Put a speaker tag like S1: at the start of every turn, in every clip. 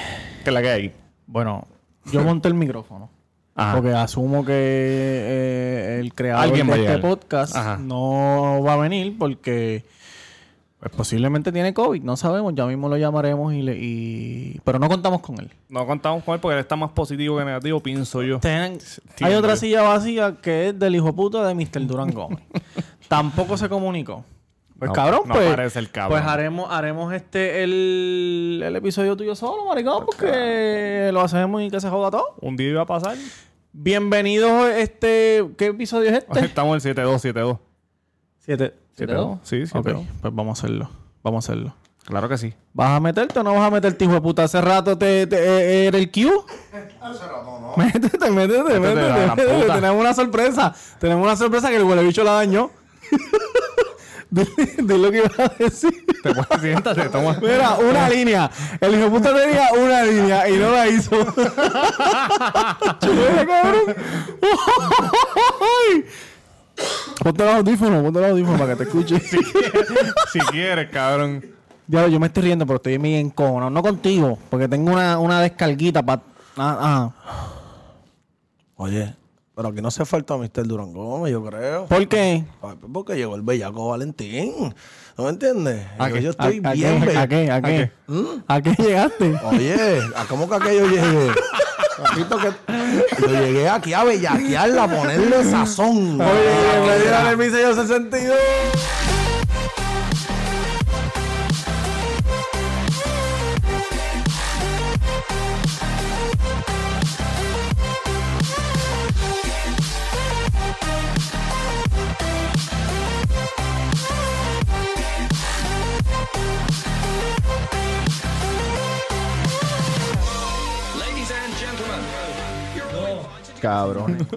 S1: que es la que hay.
S2: Bueno, yo monté el micrófono.
S1: Ajá.
S2: Porque asumo que eh, el creador
S1: Alguien va a
S2: de este
S1: llegar.
S2: podcast
S1: Ajá.
S2: no va a venir porque pues, posiblemente tiene COVID, no sabemos, ya mismo lo llamaremos y, le- y- pero no contamos con él.
S1: No contamos con él porque él está más positivo que negativo, pienso yo.
S2: Hay otra silla vacía que es del hijo puta de Mr. Durán Gómez. Tampoco se comunicó. Pues
S1: No,
S2: cabrón,
S1: no
S2: pues.
S1: parece el cabrón.
S2: Pues haremos, haremos este el, el episodio tuyo solo, maricón,
S1: Pues,
S2: porque lo hacemos y que se joda todo.
S1: Un día iba a pasar.
S2: Bienvenidos, este. ¿Qué episodio es este?
S1: Estamos en 7-2-7-2.
S2: Siete. ¿Siete dos?
S1: Sí,
S2: Ok,
S1: 7-2.
S2: pues vamos a hacerlo. Vamos a hacerlo.
S1: Claro que sí.
S2: ¿Vas a meterte o no vas a meterte, hijo de puta? Hace rato te, te- eh, era el Q. Métete, métete,
S1: la
S2: métete.
S1: gran
S2: métete.
S1: puta.
S2: Tenemos una sorpresa. Tenemos una sorpresa que el huele bicho la dañó. de lo que ibas a decir.
S1: Te puedes siéntate, toma.
S2: Mira, una línea. El hijo de puta tenía una línea y no la hizo. Chulera, cabrón. ponte los audífonos, ponte los audífonos para que te escuche.
S1: si quieres, cabrón.
S2: Ya, yo me estoy riendo, pero estoy bien encojonado. No contigo, porque tengo una, una descarguita ah, para...
S3: Oye, pero aquí no se falta a Mr. Durán Gómez, yo creo.
S2: ¿Por qué?
S3: Ay, pues Porque llegó el bellaco Valentín. ¿No me entiendes?
S1: ¿A
S3: Yo,
S1: qué?
S3: yo estoy
S2: ¿A, a
S3: bien
S2: qué,
S3: bellaco.
S2: ¿A qué? ¿A qué? ¿A qué llegaste?
S3: Oye, ¿a cómo que aquello llegué? Papito, que- Yo llegué aquí a bellaquearla, a ponerle sazón.
S2: bienvenido al episodio 62.
S1: Cabrón.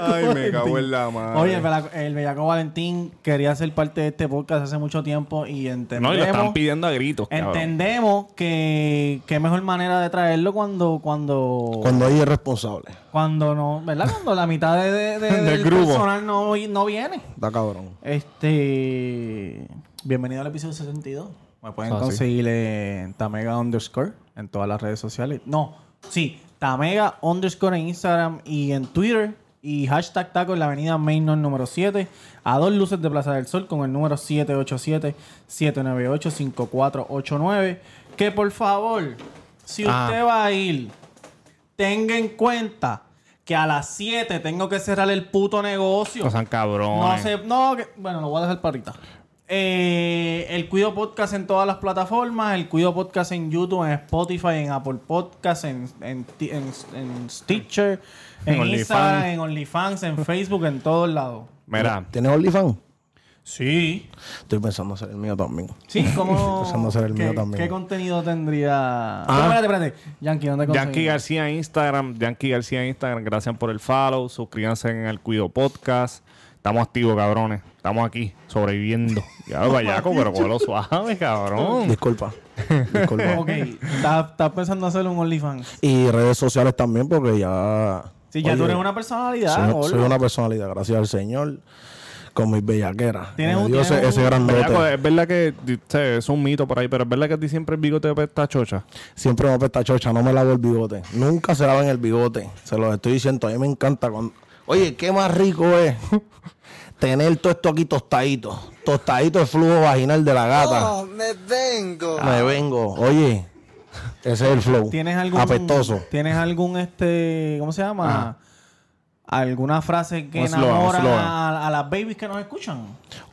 S1: Ay, me cago en la madre.
S2: Oye, el, Bela- el Bellaco Valentín quería ser parte de este podcast hace mucho tiempo y entendemos...
S1: no, y lo están pidiendo a gritos, cabrón.
S2: Entendemos que qué mejor manera de traerlo cuando cuando
S3: Cuando hay irresponsable.
S2: cuando no, ¿verdad? Cuando la mitad de, de- de-
S1: Del
S2: del
S1: grupo.
S2: personal no, no viene.
S3: Está cabrón.
S2: Este. Bienvenido al episodio 72. Me pueden
S1: Ah, sí.
S2: conseguir en Tamega underscore en todas las redes sociales. No, sí, Tamega underscore en Instagram y en Twitter. Y hashtag taco en la avenida Mainor número 7, a dos luces de Plaza del Sol con el número 787-798-5489. Que por favor, si usted
S1: Ah.
S2: va a ir tenga en cuenta que a las 7 tengo que cerrar el puto negocio.
S1: No sean
S2: no
S1: cabrones.
S2: sé, no, que- bueno, lo voy a dejar para ahorita. Eh, el Cuido Podcast en todas las plataformas, el Cuido Podcast en YouTube, en Spotify, en Apple Podcast, en, en, ti- en- en Stitcher, en,
S1: En OnlyFans.
S2: Instagram, en OnlyFans, en Facebook, en todos lados.
S1: Mira,
S3: ¿Tienes OnlyFans?
S2: Sí.
S3: Estoy pensando hacer el mío también.
S2: Sí, ¿cómo?
S3: Empezando a hacer el
S2: ¿Qué,
S3: mío también.
S2: ¿Qué contenido tendría? No, espérate, espérate. Yankee, ¿dónde
S1: Ah. Yankee
S2: conseguimos?
S1: García en Instagram, Yankee García en Instagram, gracias por el follow, suscríbanse en el Cuido Podcast. Estamos activos, cabrones. Estamos aquí, sobreviviendo. Ya, vallaco, pero cógelo suave, cabrón.
S3: Disculpa. Disculpa.
S2: Mm. Ok, ¿estás estás pensando hacer un OnlyFans?
S3: Y redes sociales también, porque ya.
S2: Sí, ya
S3: Oye,
S2: tú eres una personalidad,
S3: soy,
S2: gordo.
S3: soy una personalidad, gracias al Señor, con mis bellaqueras.
S2: Tienes un-
S3: Me dio ese,
S2: tienes un-
S3: ese
S1: Vallaco,
S3: grandote.
S1: pues, es verdad que di- sé, es un mito por ahí, pero es verdad que a ti siempre el bigote de esta chocha.
S3: Siempre me apesta chocha, no me lavo el bigote. Nunca se lavan el bigote. Se los estoy diciendo, a mí me encanta. Cuando... Oye, qué más rico es tener todo esto aquí tostadito. Tostadito el flujo vaginal de la gata.
S4: Oh, me vengo.
S3: Me vengo. Oye, ese es el flow.
S2: ¿Tienes algún...
S3: Apestoso.
S2: ¿Tienes algún, este... ¿Cómo se
S1: Ah.
S2: llama? ¿Alguna frase que
S1: Un eslogan, un
S2: enamora
S1: eslogan.
S2: a, a las babies que nos escuchan?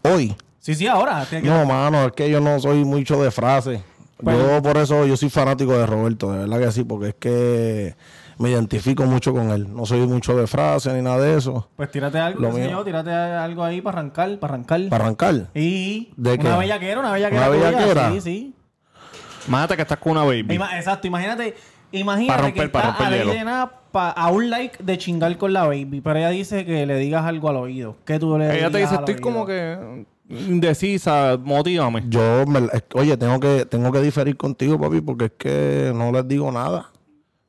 S3: Hoy.
S2: Sí, sí, ahora. Tiene que-
S3: No, mano, es que yo no soy mucho de frases. yo por eso yo soy fanático de Roberto, de verdad que sí, porque es que me identifico mucho con él. No soy mucho de frases ni nada de eso.
S2: Pues tírate algo,
S3: Lo
S2: qué sé
S3: mío.
S2: yo, tírate algo ahí para arrancar, para arrancar.
S3: Para arrancar.
S2: Y...
S3: ¿De
S2: una
S3: qué?
S2: bellaquera, una bellaquera.
S3: ¿Una
S2: tuya,
S3: bellaquera?
S2: Sí, sí.
S1: Mátate que estás con una baby.
S2: Ima- exacto, imagínate, imagínate
S1: Para romper-
S2: que
S1: para
S2: está
S1: romper
S2: a, la
S1: hielo.
S2: Elena pa- a un like de chingar con la baby, pero ella dice que le digas algo al oído. ¿Qué tú le
S1: Ella te
S2: dirías
S1: dice,
S2: al
S1: estoy
S2: oído?
S1: como que indecisa, motívame.
S3: Yo, me la- es que, oye, tengo que, tengo que diferir contigo, papi, porque es que no les digo nada.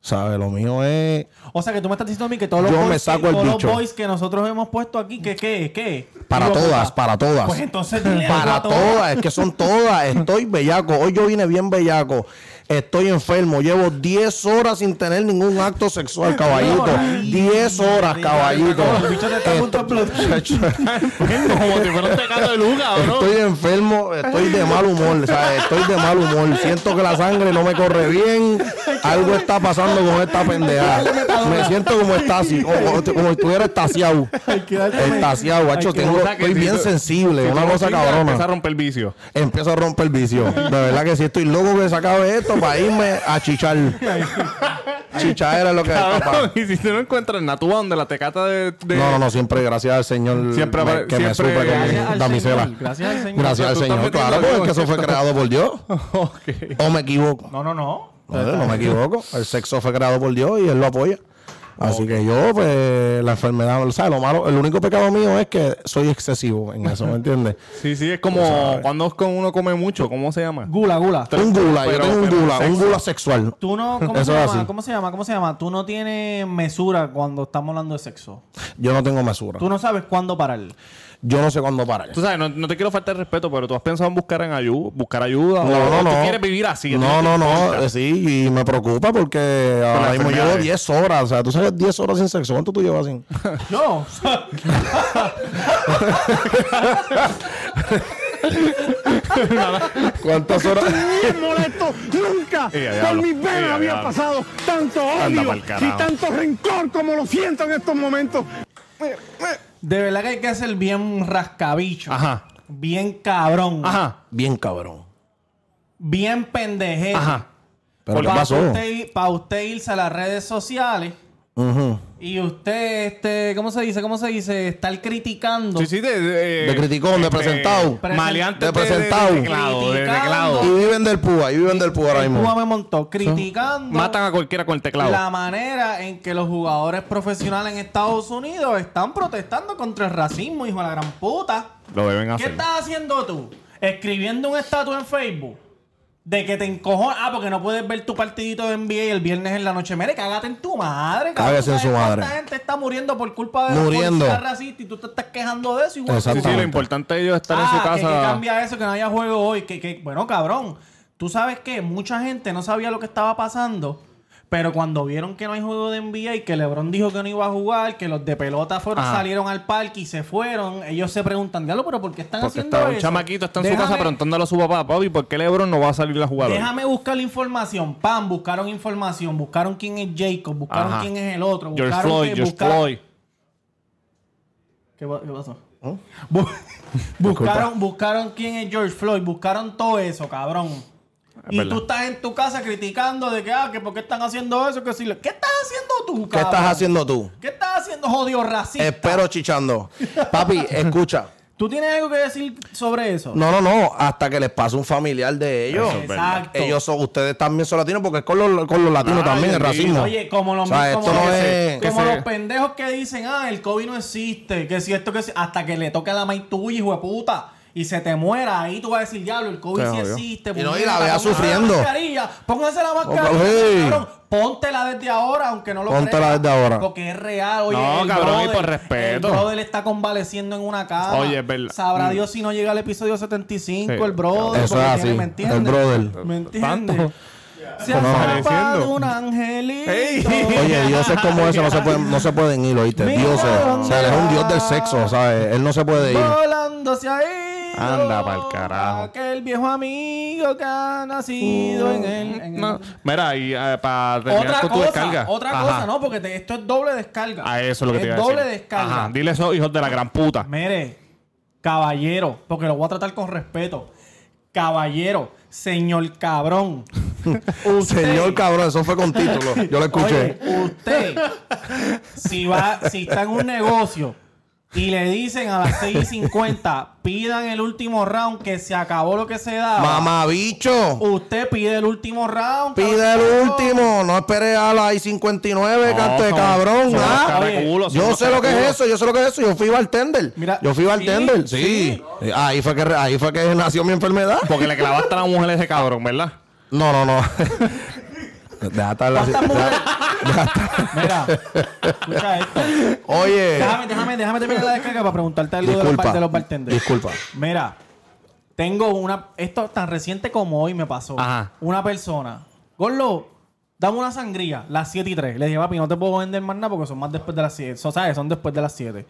S3: ¿Sabes? Lo mío es
S2: O sea, que tú me estás diciendo a mí que todos los
S3: Yo me
S2: boys,
S3: saco
S2: que,
S3: el
S2: todos los
S3: bicho.
S2: boys que nosotros hemos puesto aquí, ¿qué, qué, qué?
S3: para
S2: Digo,
S3: todas,
S2: puta,
S3: para todas.
S2: Pues entonces dile algo
S3: Para
S2: a todas.
S3: todas, es que son todas. Estoy bellaco. Hoy yo vine bien bellaco. Estoy enfermo. Llevo 10 horas sin tener ningún acto sexual, caballito. 10 horas, caballito.
S2: El bicho te está a punto de explotar.
S1: Como si fuera un tecado de luga, bro.
S3: Estoy enfermo, estoy de mal humor, ¿sabes? Estoy de mal humor. Siento que la sangre no me corre bien. Algo está pasando con esta pendeja. Me siento como estasi, como, como si estuviera estasiado.
S2: Hay que darte-
S3: Estasiado, guacho.
S2: Hay que-
S3: Tengo,
S1: O sea, que
S3: estoy
S1: si
S3: bien
S1: tú-
S3: sensible,
S1: Si
S3: una
S1: tú chingas,
S3: cosa
S1: Empieza a
S3: cabrona.
S1: romper vicio.
S3: Empiezo a romper vicio. De verdad que sí, estoy loco que se acabe esto para irme a chichar. Chichar era lo que papá.
S1: Cabrón, y si tú no encuentras Natúa donde la tecata de. de-
S3: No, no, no, siempre gracias al Señor
S1: Siempre-
S3: me- que
S1: siempre-
S3: me supe
S1: Gracias
S3: con
S2: al
S3: damisela.
S2: Señor, gracias al Señor.
S3: Eh, Gracias al
S1: Tú estás
S3: Señor, claro,
S1: metiendo
S3: porque es
S1: algo
S3: que eso
S1: en
S3: fue creado por Dios.
S1: Ok.
S3: O me equivoco.
S2: No, no, no.
S3: No, no me equivoco. El sexo fue creado por Dios y Él lo apoya. Así que yo, pues, la enfermedad, ¿sabes? Lo malo, el único pecado mío es que soy excesivo en eso, ¿me entiendes?
S1: Sí, sí, es como cuando es con uno come mucho, ¿cómo se llama?
S2: Gula, gula.
S3: un gula, yo
S1: pero-
S3: tengo un
S1: pero
S3: gula, un
S1: sexo.
S3: gula sexual.
S2: Tú no, ¿cómo
S3: Eso
S2: se,
S3: es
S2: llama?
S3: así.
S2: ¿cómo se llama? ¿Cómo se llama? Tú no tienes mesura cuando estamos hablando de sexo.
S3: Yo no tengo mesura.
S2: Tú no sabes cuándo parar.
S3: Yo no sé cuándo parar.
S1: Tú sabes, no, no te quiero faltar el respeto, pero tú has pensado en buscar en ayuda, buscar ayuda. o,
S3: No, no,
S1: o
S3: no.
S1: Tú quieres vivir así.
S3: No, no, no. eh, Sí, y me preocupa porque ahora mismo llevo
S1: enfermedades.
S3: 10 horas. O sea, tú sabes 10 horas sin sexo. ¿Cuánto tú llevas sin?
S2: No.
S3: ¿Cuántas horas?
S4: molesto nunca
S1: Y a
S4: por
S1: diablo,
S4: mis
S1: y
S4: venas
S1: a
S4: había
S1: diablo.
S4: pasado tanto
S1: Anda
S4: odio
S1: pa'l carajo.
S4: y tanto rencor como lo siento en estos momentos.
S2: De verdad que hay que hacer bien rascabicho.
S1: Ajá.
S2: Bien cabrón.
S1: Ajá,
S3: Bien cabrón.
S2: Bien pendejero.
S1: ajá.
S3: ¿Pero qué
S2: Para
S3: pasó?
S2: usted, ir- pa' usted irse a las redes sociales
S3: Ujú.
S2: y usted, este, ¿cómo se dice? ¿Cómo se dice? Estar criticando.
S1: Sí, sí, de, de,
S3: De criticón, de
S1: este,
S3: presentado.
S1: Maleante
S3: De presentado.
S1: De teclado, de teclado.
S3: Y viven del púa, y viven del púa ahora
S2: El
S3: mismo.
S2: Cuba me montó criticando
S1: Matan a cualquiera con el teclado.
S2: la manera en que los jugadores profesionales en Estados Unidos están protestando contra el racismo, hijo de la gran puta.
S1: Lo deben
S2: ¿Qué
S1: hacer.
S2: estás haciendo tú? Escribiendo un estatus en Facebook de que te encojonas. Ah, porque no puedes ver tu partidito de NBA el viernes en la noche. Mire, cágate en tu madre. cabrón.
S3: Cágase en
S2: ¿Sabes
S3: su madre.
S2: cuánta gente está muriendo por culpa de
S3: Muriendo.
S2: la policía racista y tú te estás quejando de eso. hijo de-
S3: Exacto.
S1: Sí, sí, lo importante de ellos es estar en
S2: Ah,
S1: su
S2: que-
S1: casa.
S2: Que, cambia eso, que no haya juego hoy. Que, que, bueno, cabrón. Tú sabes que mucha gente no sabía lo que estaba pasando. Pero cuando vieron que no hay juego de NBA y que LeBron dijo que no iba a jugar, que los de pelota fueron,
S1: Ajá.
S2: salieron al parque y se fueron, ellos se preguntan, diablo, pero ¿por qué están
S1: Porque
S2: haciendo
S1: está un
S2: eso?
S1: chamaquito está en
S2: Déjame-
S1: su casa preguntándole a su papá, papi, ¿por qué Lebron no va a salir a jugar hoy?
S2: Déjame buscar la información. Pam, buscaron información. Buscaron quién es Jacob. Buscaron
S1: Ajá.
S2: quién es el otro.
S1: George
S2: Buscaron
S1: Floyd,
S2: que-
S1: George
S2: buscaron-
S1: Floyd.
S2: ¿Qué, pa- qué pasó? Bu- buscaron, buscaron quién es George Floyd. Buscaron todo eso, cabrón.
S1: Es
S2: Y
S1: verdad.
S2: tú estás en tu casa criticando de que, ah, que por qué están haciendo eso, que si le- ¿Qué estás haciendo tú, cabrón?
S3: ¿Qué estás haciendo tú?
S2: ¿Qué estás haciendo, jodido racista?
S3: Espero chichando. Papi, escucha.
S2: ¿Tú tienes algo que decir sobre eso?
S3: No, no, no. Hasta que les pase un familiar de ellos.
S1: Eso es verdad.
S2: Exacto.
S3: Ellos son, ustedes también son latinos, porque es con los, con los latinos
S1: Ay,
S3: también el
S1: bendito.
S3: racismo.
S2: Oye, como los,
S3: O sea,
S2: como
S3: esto no
S2: los-
S3: es-
S2: como
S1: que se-
S2: los pendejos que dicen, ah, el COVID no existe, que si esto, que si... Hasta que le toque a la maíz tuya, hijo de puta, y se te muera, ahí tú vas a decir, diablo, el COVID
S1: Se
S2: sí
S1: jodió.
S2: existe.
S3: Y no,
S2: puñeta,
S3: y la vea
S2: póngase
S3: sufriendo.
S2: La mascarilla, póngase la mascarilla,
S3: sí.
S2: cabrón, póntela desde ahora, aunque no lo
S3: Póntela
S2: creas,
S3: desde ahora.
S2: Porque es real, oye.
S1: No,
S2: el
S1: cabrón, y
S2: brother-
S1: por respeto.
S2: El brother está convaleciendo en una cama.
S1: Oye, es verdad.
S2: Sabrá
S1: Mm.
S2: Dios si no llega al episodio 75,
S1: Sí.
S2: el brother.
S3: Eso
S2: porque
S3: es así,
S2: tiene- ¿Me
S3: el
S2: entiendes?
S3: brother.
S2: ¿Me entiendes?
S1: Tanto.
S2: Se
S3: No.
S2: ha
S1: Apareciendo.
S2: escapado un angelito.
S1: Ey.
S3: Oye, dioses como ese no se pueden, no se pueden ir, oíste.
S2: Mira
S3: Dioses. O sea, él es un dios del sexo, ¿sabes? Él no se puede ir.
S2: Volando se ha ido.
S1: Anda pa'l carajo.
S2: Aquel viejo amigo que ha nacido en el. en el-
S1: No. Mira, y eh, para terminar
S2: Otra
S1: con tu descarga.
S2: cosa, otra
S1: Ajá.
S2: cosa, ¿no? Porque te- esto es doble descarga.
S1: Ah, eso es lo que te iba a
S2: Es
S1: decir.
S2: doble descarga.
S1: Ajá, dile eso, hijos de la gran puta.
S2: Mire, caballero, porque lo voy a tratar con respeto. Caballero, señor cabrón. Usted-
S3: Señor cabrón, eso fue con título. Yo lo escuché.
S2: Oye, usted, si va, si está en un negocio y le dicen a las 6.50, pidan el último round que se acabó lo que se da.
S3: Mamabicho.
S2: Usted pide el último round.
S3: Pide el
S2: cabrón.
S3: último, no esperes a la I-59,
S1: No,
S3: canto de
S1: son-
S3: cabrón.
S1: son unos
S3: ah.
S1: caraculos, son
S3: Yo
S1: unos
S3: sé lo que
S1: caraculos.
S3: es eso, yo sé lo que es eso. Yo fui bartender.
S2: Mira,
S3: yo fui
S2: sí,
S3: bartender, sí.
S2: sí.
S3: Ahí, fue que, re- ahí fue que nació mi enfermedad.
S1: Porque le clavaste a la mujer ese cabrón, ¿verdad?
S3: No, no, no. Deja estar así.
S2: ¿Cuántas mujeres?
S3: Deja estar.
S2: Mira, escucha esto.
S3: Oye,
S2: Déjame, déjame, déjame terminar la descarga para preguntarte algo de los,
S3: disculpa.
S2: bar- de los bartenders.
S3: Disculpa.
S2: Mira, tengo una. Esto tan reciente como hoy me pasó.
S1: Ajá.
S2: Una persona Gorlo, dame una sangría, las 7 y 3. Le dije, papi, no te puedo vender más nada porque son más después de las 7. So, ¿Sabes? Son después de las 7.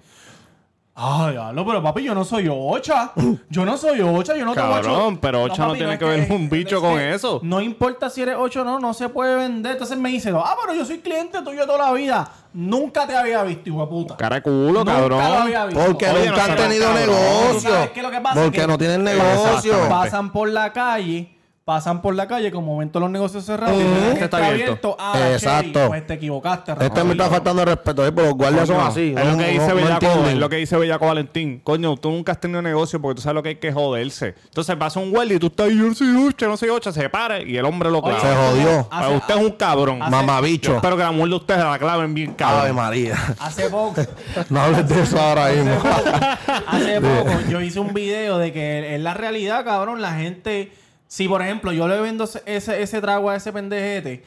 S2: Ay, diablo, pero papi, yo no soy ocha. Yo no soy ocha, yo no tengo ocho.
S1: Cabrón, pero ocha no
S2: papi,
S1: tiene
S2: es
S1: que ver un bicho
S2: es
S1: con
S2: que
S1: eso.
S2: No importa si eres ocho o no, no se puede vender. Entonces me dice, ah, pero yo soy cliente tuyo toda la vida. Nunca te había visto, hijo de puta.
S1: Cara de culo,
S2: Nunca
S1: cabrón.
S2: lo había visto.
S3: Porque
S1: Oye,
S3: nunca
S1: no
S3: han
S1: seas
S3: tenido
S1: cabrón.
S3: negocio.
S2: ¿Sabes qué es lo que pasa?
S3: Porque
S2: Que-
S3: no tienen negocio.
S1: Exactamente.
S2: Pasan por la calle, pasan por la calle, como momento los negocios cerrados. y dicen,
S1: Este está abierto.
S2: Ah, la
S3: Exacto.
S2: Chevy. Pues te equivocaste, Rafa.
S3: Este me está faltando el respeto, ¿eh? Porque los guardias son
S1: Coño,
S3: así.
S1: Es
S3: no-
S1: lo que
S3: no-
S1: dice
S3: no
S1: Bellaco,
S3: entienden.
S1: es lo que dice Bellaco Valentín. Coño, tú nunca has tenido negocio porque tú sabes lo que hay que joderse. Entonces pasa un guardia y tú estás, yo no soy ocho, no soy ocho, se para y el hombre lo clava.
S2: Oye,
S3: Se jodió.
S1: Ah, usted es un cabrón.
S2: hace-
S1: Yo
S3: Mamabicho.
S1: espero que la mujer de ustedes la claven bien
S3: Ave
S1: cabrón.
S3: María.
S2: Hace poco,
S3: No hables de eso ahora mismo.
S2: hace poco yo hice un video de que es la realidad, cabrón. La gente, si por ejemplo yo le vendo ese- ese, ese trago a ese pendejete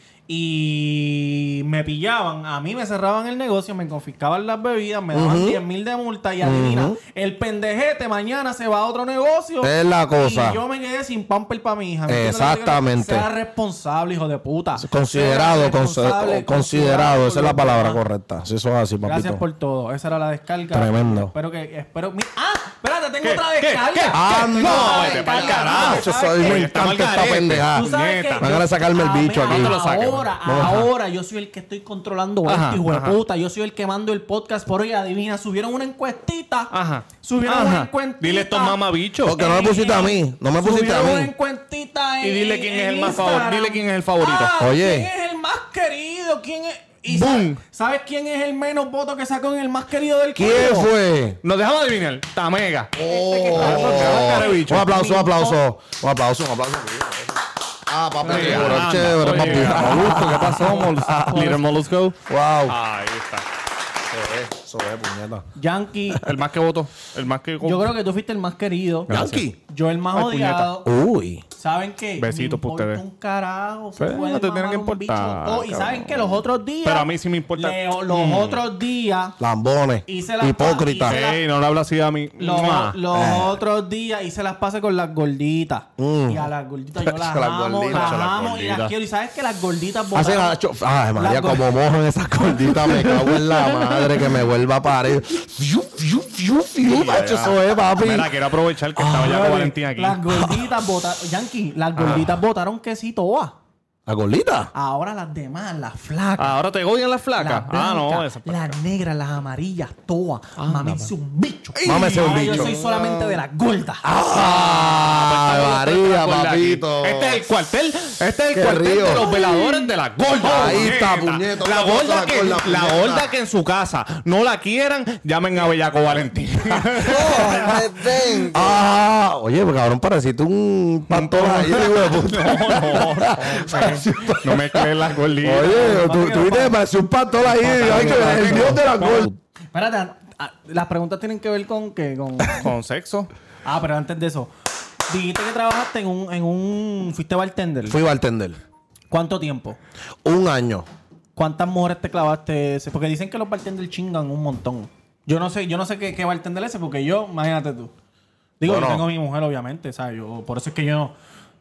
S2: y me pillaban, a mí me cerraban el negocio, me confiscaban las bebidas, me daban 10 mil de multa y adivina, el pendejete mañana se va a otro negocio.
S3: Es la cosa.
S2: Y yo me quedé sin pamper para mi hija. ¿me entiendes?
S3: Exactamente.
S2: Sea responsable, hijo de puta.
S3: Considerado,
S2: Sea
S3: conse-
S2: responsable,
S3: considerado. Esa es
S2: por
S3: la
S2: los
S3: palabra
S2: demás.
S3: correcta. Si eso es así, papito.
S2: Gracias por todo. Esa era la descarga.
S3: Tremendo.
S2: Espero que. Espero, mi- ¡Ah! Espérate, tengo
S1: ¿Qué?
S2: otra
S1: ¿Qué?
S2: descarga.
S1: ¿Qué?
S3: ¡Ah,
S2: Tengo
S3: no!
S2: otra
S1: vete pa'l
S2: descarga.
S1: carajo,
S3: Yo
S2: ¿Sabes
S3: soy
S2: qué?
S3: me
S1: Está mal
S3: encanta esta
S1: garete.
S3: pendejada.
S2: Tú sabes
S1: neta.
S2: que
S3: Van a
S2: yo-
S3: sacarme el
S2: a
S3: bicho
S2: mí
S3: aquí.
S1: No te lo saques.
S2: Ahora, ahora yo soy el que estoy controlando
S1: Ajá,
S2: este hijo de
S1: ajá.
S2: puta. Yo soy el que mando el podcast por hoy. Adivina, subieron una encuestita.
S1: Ajá.
S2: Subieron
S1: Ajá.
S2: una encuestita.
S1: Dile a estos mamabichos.
S3: Ok. Que no me pusiste a mí, no me pusiste a
S2: Subieron
S3: mí.
S2: una encuestita
S1: Y
S2: en-
S1: dile quién
S2: en
S1: es el más
S2: Instagram.
S1: favor- dile quién es el favorito.
S2: Ah,
S3: Oye.
S2: ¿Quién es el más querido? ¿Quién es? y
S1: Boom.
S2: sa- ¿Sabes quién es el menos voto que sacó en el más querido del
S3: ¿Quién
S2: cuerpo?
S3: fue?
S1: Nos dejamos adivinar. Tamega.
S3: Oh.
S1: Ah,
S3: Un aplauso, un aplauso. Un aplauso, un aplauso. Ah, papi,
S1: Oye,
S3: chévere,
S1: anda,
S3: chévere,
S1: oye,
S3: papi.
S1: Molusco, ¿qué pasó, Molusco? Little Molusco.
S3: Wow.
S1: Ahí está.
S3: Ah, Eso es, puñeta.
S2: Yankee.
S1: El más que votó. El más que...
S2: Yo creo que tú fuiste el más querido.
S3: Yankee.
S2: Yo el más
S1: Ay,
S2: odiado.
S3: Uy.
S2: ¿Saben qué?
S1: Besitos
S2: Me
S1: pa'
S2: importa
S1: ustedes.
S2: un carajo.
S1: Sí,
S2: pueden
S1: no te tienen
S2: mamar
S1: que
S2: un
S1: importar,
S2: bicho todo. Y
S1: cabrón.
S2: saben que los otros días.
S1: Pero a mí sí me importa. Mm.
S2: Leo, los otros días.
S3: Lambones.
S2: Hice la-
S3: Hipócrita.
S2: hice la-
S1: Ey, no le habla así a mí.
S2: Los,
S1: Mua.
S2: los
S3: Eh.
S2: otros días hice las pases con las gorditas. Y a las gorditas yo las
S3: Mm. Las
S2: amo,
S3: gorditas,
S2: las
S3: las
S2: amo y las
S1: gorditas.
S2: quiero. Y sabes que las gorditas
S3: Así
S2: botaron-
S3: la cho- Ay, ah, María,
S2: Las go-
S3: como mojo en esas corditas, me cago en la madre que me vuelva a parir. Fiu, fiu, fiu, fiu, Ah, macho, eso es, eh, papi.
S1: Mira, quiero aprovechar que estaba ya con Valentín aquí.
S2: Las gorditas botaron. Yankee,
S3: Ah.
S2: las gorditas botaron quesito. va.
S3: ¿La gordita?
S2: Ahora las demás, las flacas.
S1: Ahora te odian las flacas.
S2: Las
S1: Ah, no.
S2: blancas,
S1: Esa...
S2: las negras, las amarillas, todas.
S1: Ah,
S2: Mami, es un bicho.
S3: Mami, hice un
S2: Ahora
S3: bicho.
S2: Yo soy solamente de las gordas.
S3: Ah, María, papito.
S1: Este es el cuartel. Este es el
S3: Qué
S1: cuartel
S3: río.
S1: de los veladores de las gordas.
S3: Ahí está,
S1: puñeta.
S3: puñeta.
S1: La
S3: Otra
S1: gorda
S3: cosa
S1: que,
S3: con la
S1: la
S3: puñeta.
S1: gorda que en su casa no la quieran, llamen a Bellaco Valentín.
S3: Ah, oye, pues, cabrón, pareciste un pantón ahí, hijo de puta.
S1: no, no, no. No me creen las gorditas.
S3: Oye, tú, tú viste, me pareció un pantón ahí. Ay, que el dios de la gorda.
S2: Espérate, ah, las preguntas tienen que ver con que con.
S1: Con sexo.
S2: Ah, pero antes de eso. Dijiste que trabajaste en un, en un. Fuiste bartender.
S3: Fui bartender.
S2: ¿Cuánto tiempo?
S3: Un año.
S2: ¿Cuántas mujeres te clavaste ese? Porque dicen que los bartenders chingan un montón. Yo no sé, yo no sé qué, qué bartender ese, porque yo, imagínate tú. Digo,
S3: Bueno.
S2: yo tengo a mi mujer, obviamente, ¿sabes? Yo, por eso es que yo no.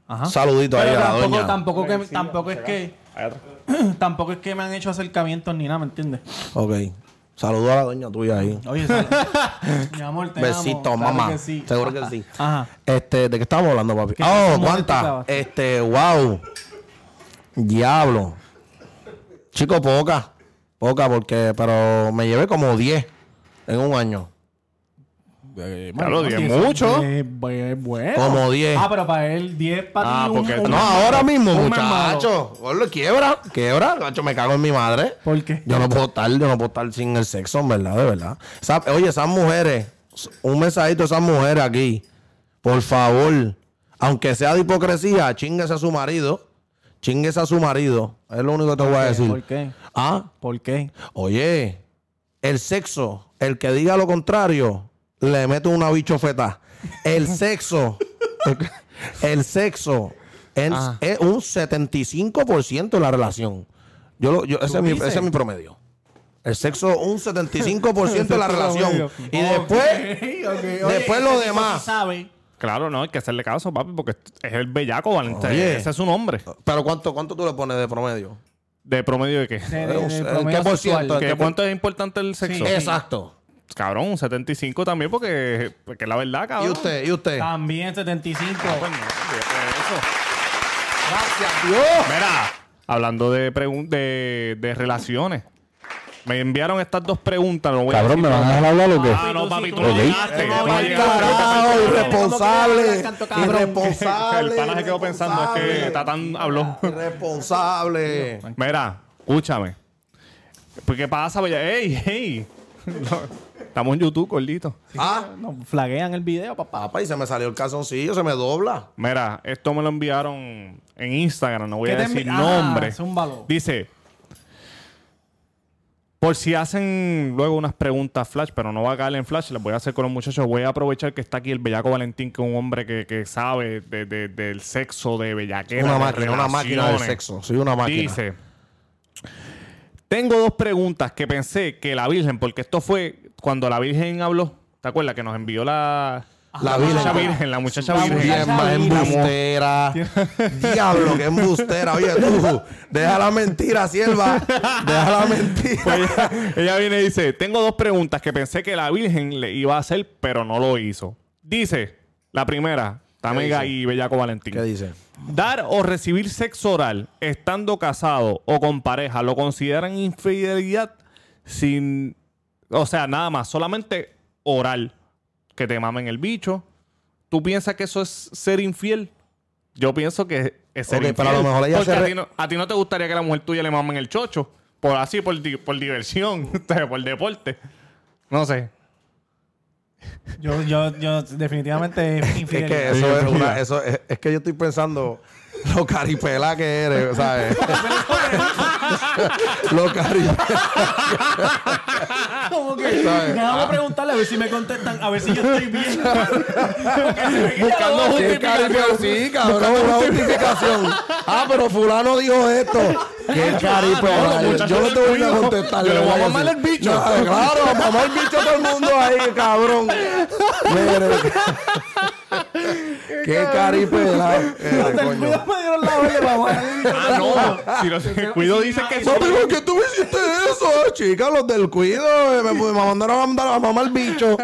S2: Ajá.
S3: Saludito ahí
S2: Ah. Pero
S3: a la
S2: tampoco,
S3: doña.
S2: tampoco que tampoco es que tampoco es que me han hecho acercamientos ni nada, ¿me entiendes?
S3: Ok. Saludo a la doña tuya ahí.
S2: Oye, sal- mi amor, te
S3: Besito,
S2: amo. Claro
S3: mamá.
S2: que sí.
S3: Seguro que sí.
S2: Ajá.
S3: Este, ¿de qué estamos hablando, papi?
S2: ¿Qué
S3: Oh,
S2: canción te
S3: ¿cuánta?
S2: tocabas?
S3: Este, wow. Diablo. Chico, poca. Poca, porque, pero me llevé como 10 en un año.
S1: Ya lo dije
S2: Oye, eso
S1: mucho.
S2: Es es bueno.
S3: Como 10.
S2: Ah, pero para él 10 para ti.
S1: Ah,
S2: un-
S1: porque
S2: un-
S3: No, ahora mismo,
S2: un mermado.
S3: muchacho. Gordo, quiebra, quiebra. Gacho, me cago en mi madre.
S2: ¿Por qué?
S3: Yo no puedo estar, yo no puedo estar sin el sexo, en verdad, de verdad. Esa- oye, esas mujeres, un mensajito a esas mujeres aquí. Por favor, aunque sea de hipocresía, chingues a su marido. Chingues a su marido. Es lo único que te voy a
S2: qué?
S3: decir.
S2: ¿Por qué?
S3: Ah,
S2: ¿Por qué?
S3: oye, el sexo, el que diga lo contrario, le meto una bichofeta. El sexo, el sexo es,
S2: Ah.
S3: es un 75% de la relación. Yo, lo- yo- ese, es mi,
S2: dices?
S3: ese es mi promedio. El sexo, un 75% de la
S2: Eso es
S3: relación.
S2: promedio.
S3: Y
S2: Ok,
S3: después,
S2: ok. Oye,
S3: después
S2: ese
S3: lo
S2: tipo sí
S3: demás.
S2: sabe.
S1: Claro, no, hay que hacerle caso, papi, porque es el bellaco, Valentín.
S3: Oye.
S1: Ese es su nombre.
S3: Pero ¿cuánto, ¿cuánto tú le pones de promedio?
S1: ¿De promedio de qué?
S2: De-
S3: Eh,
S2: de-
S3: o
S2: de
S3: sea,
S2: promedio
S3: ¿qué por
S2: sexual.
S3: ciento?
S1: ¿Qué cuánto es importante el sexo?
S2: Sí.
S3: Exacto.
S1: Cabrón, un 75 también, porque, porque es la verdad, cabrón.
S3: ¿Y usted? ¿Y usted?
S2: También 75.
S3: Ah,
S1: Coño,
S3: Gracias a Dios.
S1: Mira, hablando de, pregun- de, de relaciones, me enviaron estas dos preguntas. No voy
S5: Cabrón, ¿me
S1: a decir
S5: van a dejar hablar o qué?
S1: Ah, no, papi, tú
S5: Ok.
S1: no llegaste.
S2: Eh,
S1: tú no
S2: mal
S1: llegaste.
S3: Carajo, irresponsable.
S2: Tanto cabrón.
S3: Irresponsable.
S1: El pana se quedó pensando, es que Tatán habló.
S3: Irresponsable.
S1: Mira, escúchame. Pues, ¿Qué pasa, bella? ¡Ey, ey! Estamos en YouTube, gordito.
S3: Ah,
S2: Nos flaguean el video, papá.
S3: papá, y se me salió el calzoncillo, se me dobla.
S1: Mira, esto me lo enviaron en Instagram, no voy a
S2: ¿Qué te
S1: decir
S2: envi- Ah,
S1: nombre.
S2: zúmbalo.
S1: Dice, por si hacen luego unas preguntas flash, pero no va a caer en flash, las voy a hacer con los muchachos. Voy a aprovechar que está aquí el bellaco Valentín, que es un hombre que, que sabe de- de- del sexo, de bellaquera.
S3: Una
S1: de
S3: máquina, una máquina de
S1: relaciones.
S3: sexo. Soy una máquina.
S1: Dice, tengo dos preguntas que pensé que la Virgen, porque esto fue cuando la Virgen habló, ¿te acuerdas que nos envió la...
S3: La
S1: Ah, La muchacha
S3: virgen.
S1: virgen, la muchacha
S2: La
S1: virgen.
S3: Bien,
S2: muchacha
S3: más
S2: virgen.
S3: embustera. Diablo, que embustera. Oye, tú, deja la mentira, sierva. Deja la mentira.
S1: Pues ella, ella viene y dice, tengo dos preguntas que pensé que la Virgen le iba a hacer, pero no lo hizo. Dice, la primera, Tamega
S3: dice?
S1: y Bellaco Valentín.
S3: ¿Qué dice?
S1: Dar o recibir sexo oral estando casado o con pareja, ¿lo consideran infidelidad sin... O sea, nada más, solamente oral. Que te mamen el bicho. ¿Tú piensas que eso es ser infiel? Yo pienso que es ser
S3: Ok,
S1: infiel.
S3: pero a lo mejor ella
S1: Porque
S3: se
S1: a,
S3: re-
S1: ti no, a ti no te gustaría que la mujer tuya le mamen el chocho. Por así, por, di- por diversión, por deporte. No sé.
S2: Yo, yo, yo, definitivamente
S3: Es que
S2: infiel.
S3: eso es una. Eso es, es que yo estoy pensando lo caripela que eres, ¿sabes? lo caripela.
S2: Como que
S3: ¿Sabes? Ah.
S2: déjame preguntarle a ver si me contestan, a ver si yo estoy bien.
S1: Buscando
S3: ¿Qué caripela? Sí, cabrón, una justificación. Ah, pero fulano dijo esto. Qué
S1: Ah, no,
S3: caripela.
S1: los muchachos
S3: yo no te voy
S1: del
S3: a
S1: cuido.
S3: contestar.
S1: Yo le voy a
S3: ¿verdad que
S1: mamar
S3: sí?
S1: el bicho.
S3: No, claro, mamá el bicho todo el mundo ahí, cabrón. Mire. Qué caripela. eh,
S2: Hasta el
S3: coño.
S2: cuidado me dieron la vela, mamá.
S1: Ah, no. Si los del cuido dicen que sí.
S3: No, pero ¿por qué tú me hiciste eso, eh, chica? Los del cuido eh, me, me mandaron a mandar a mamar el bicho.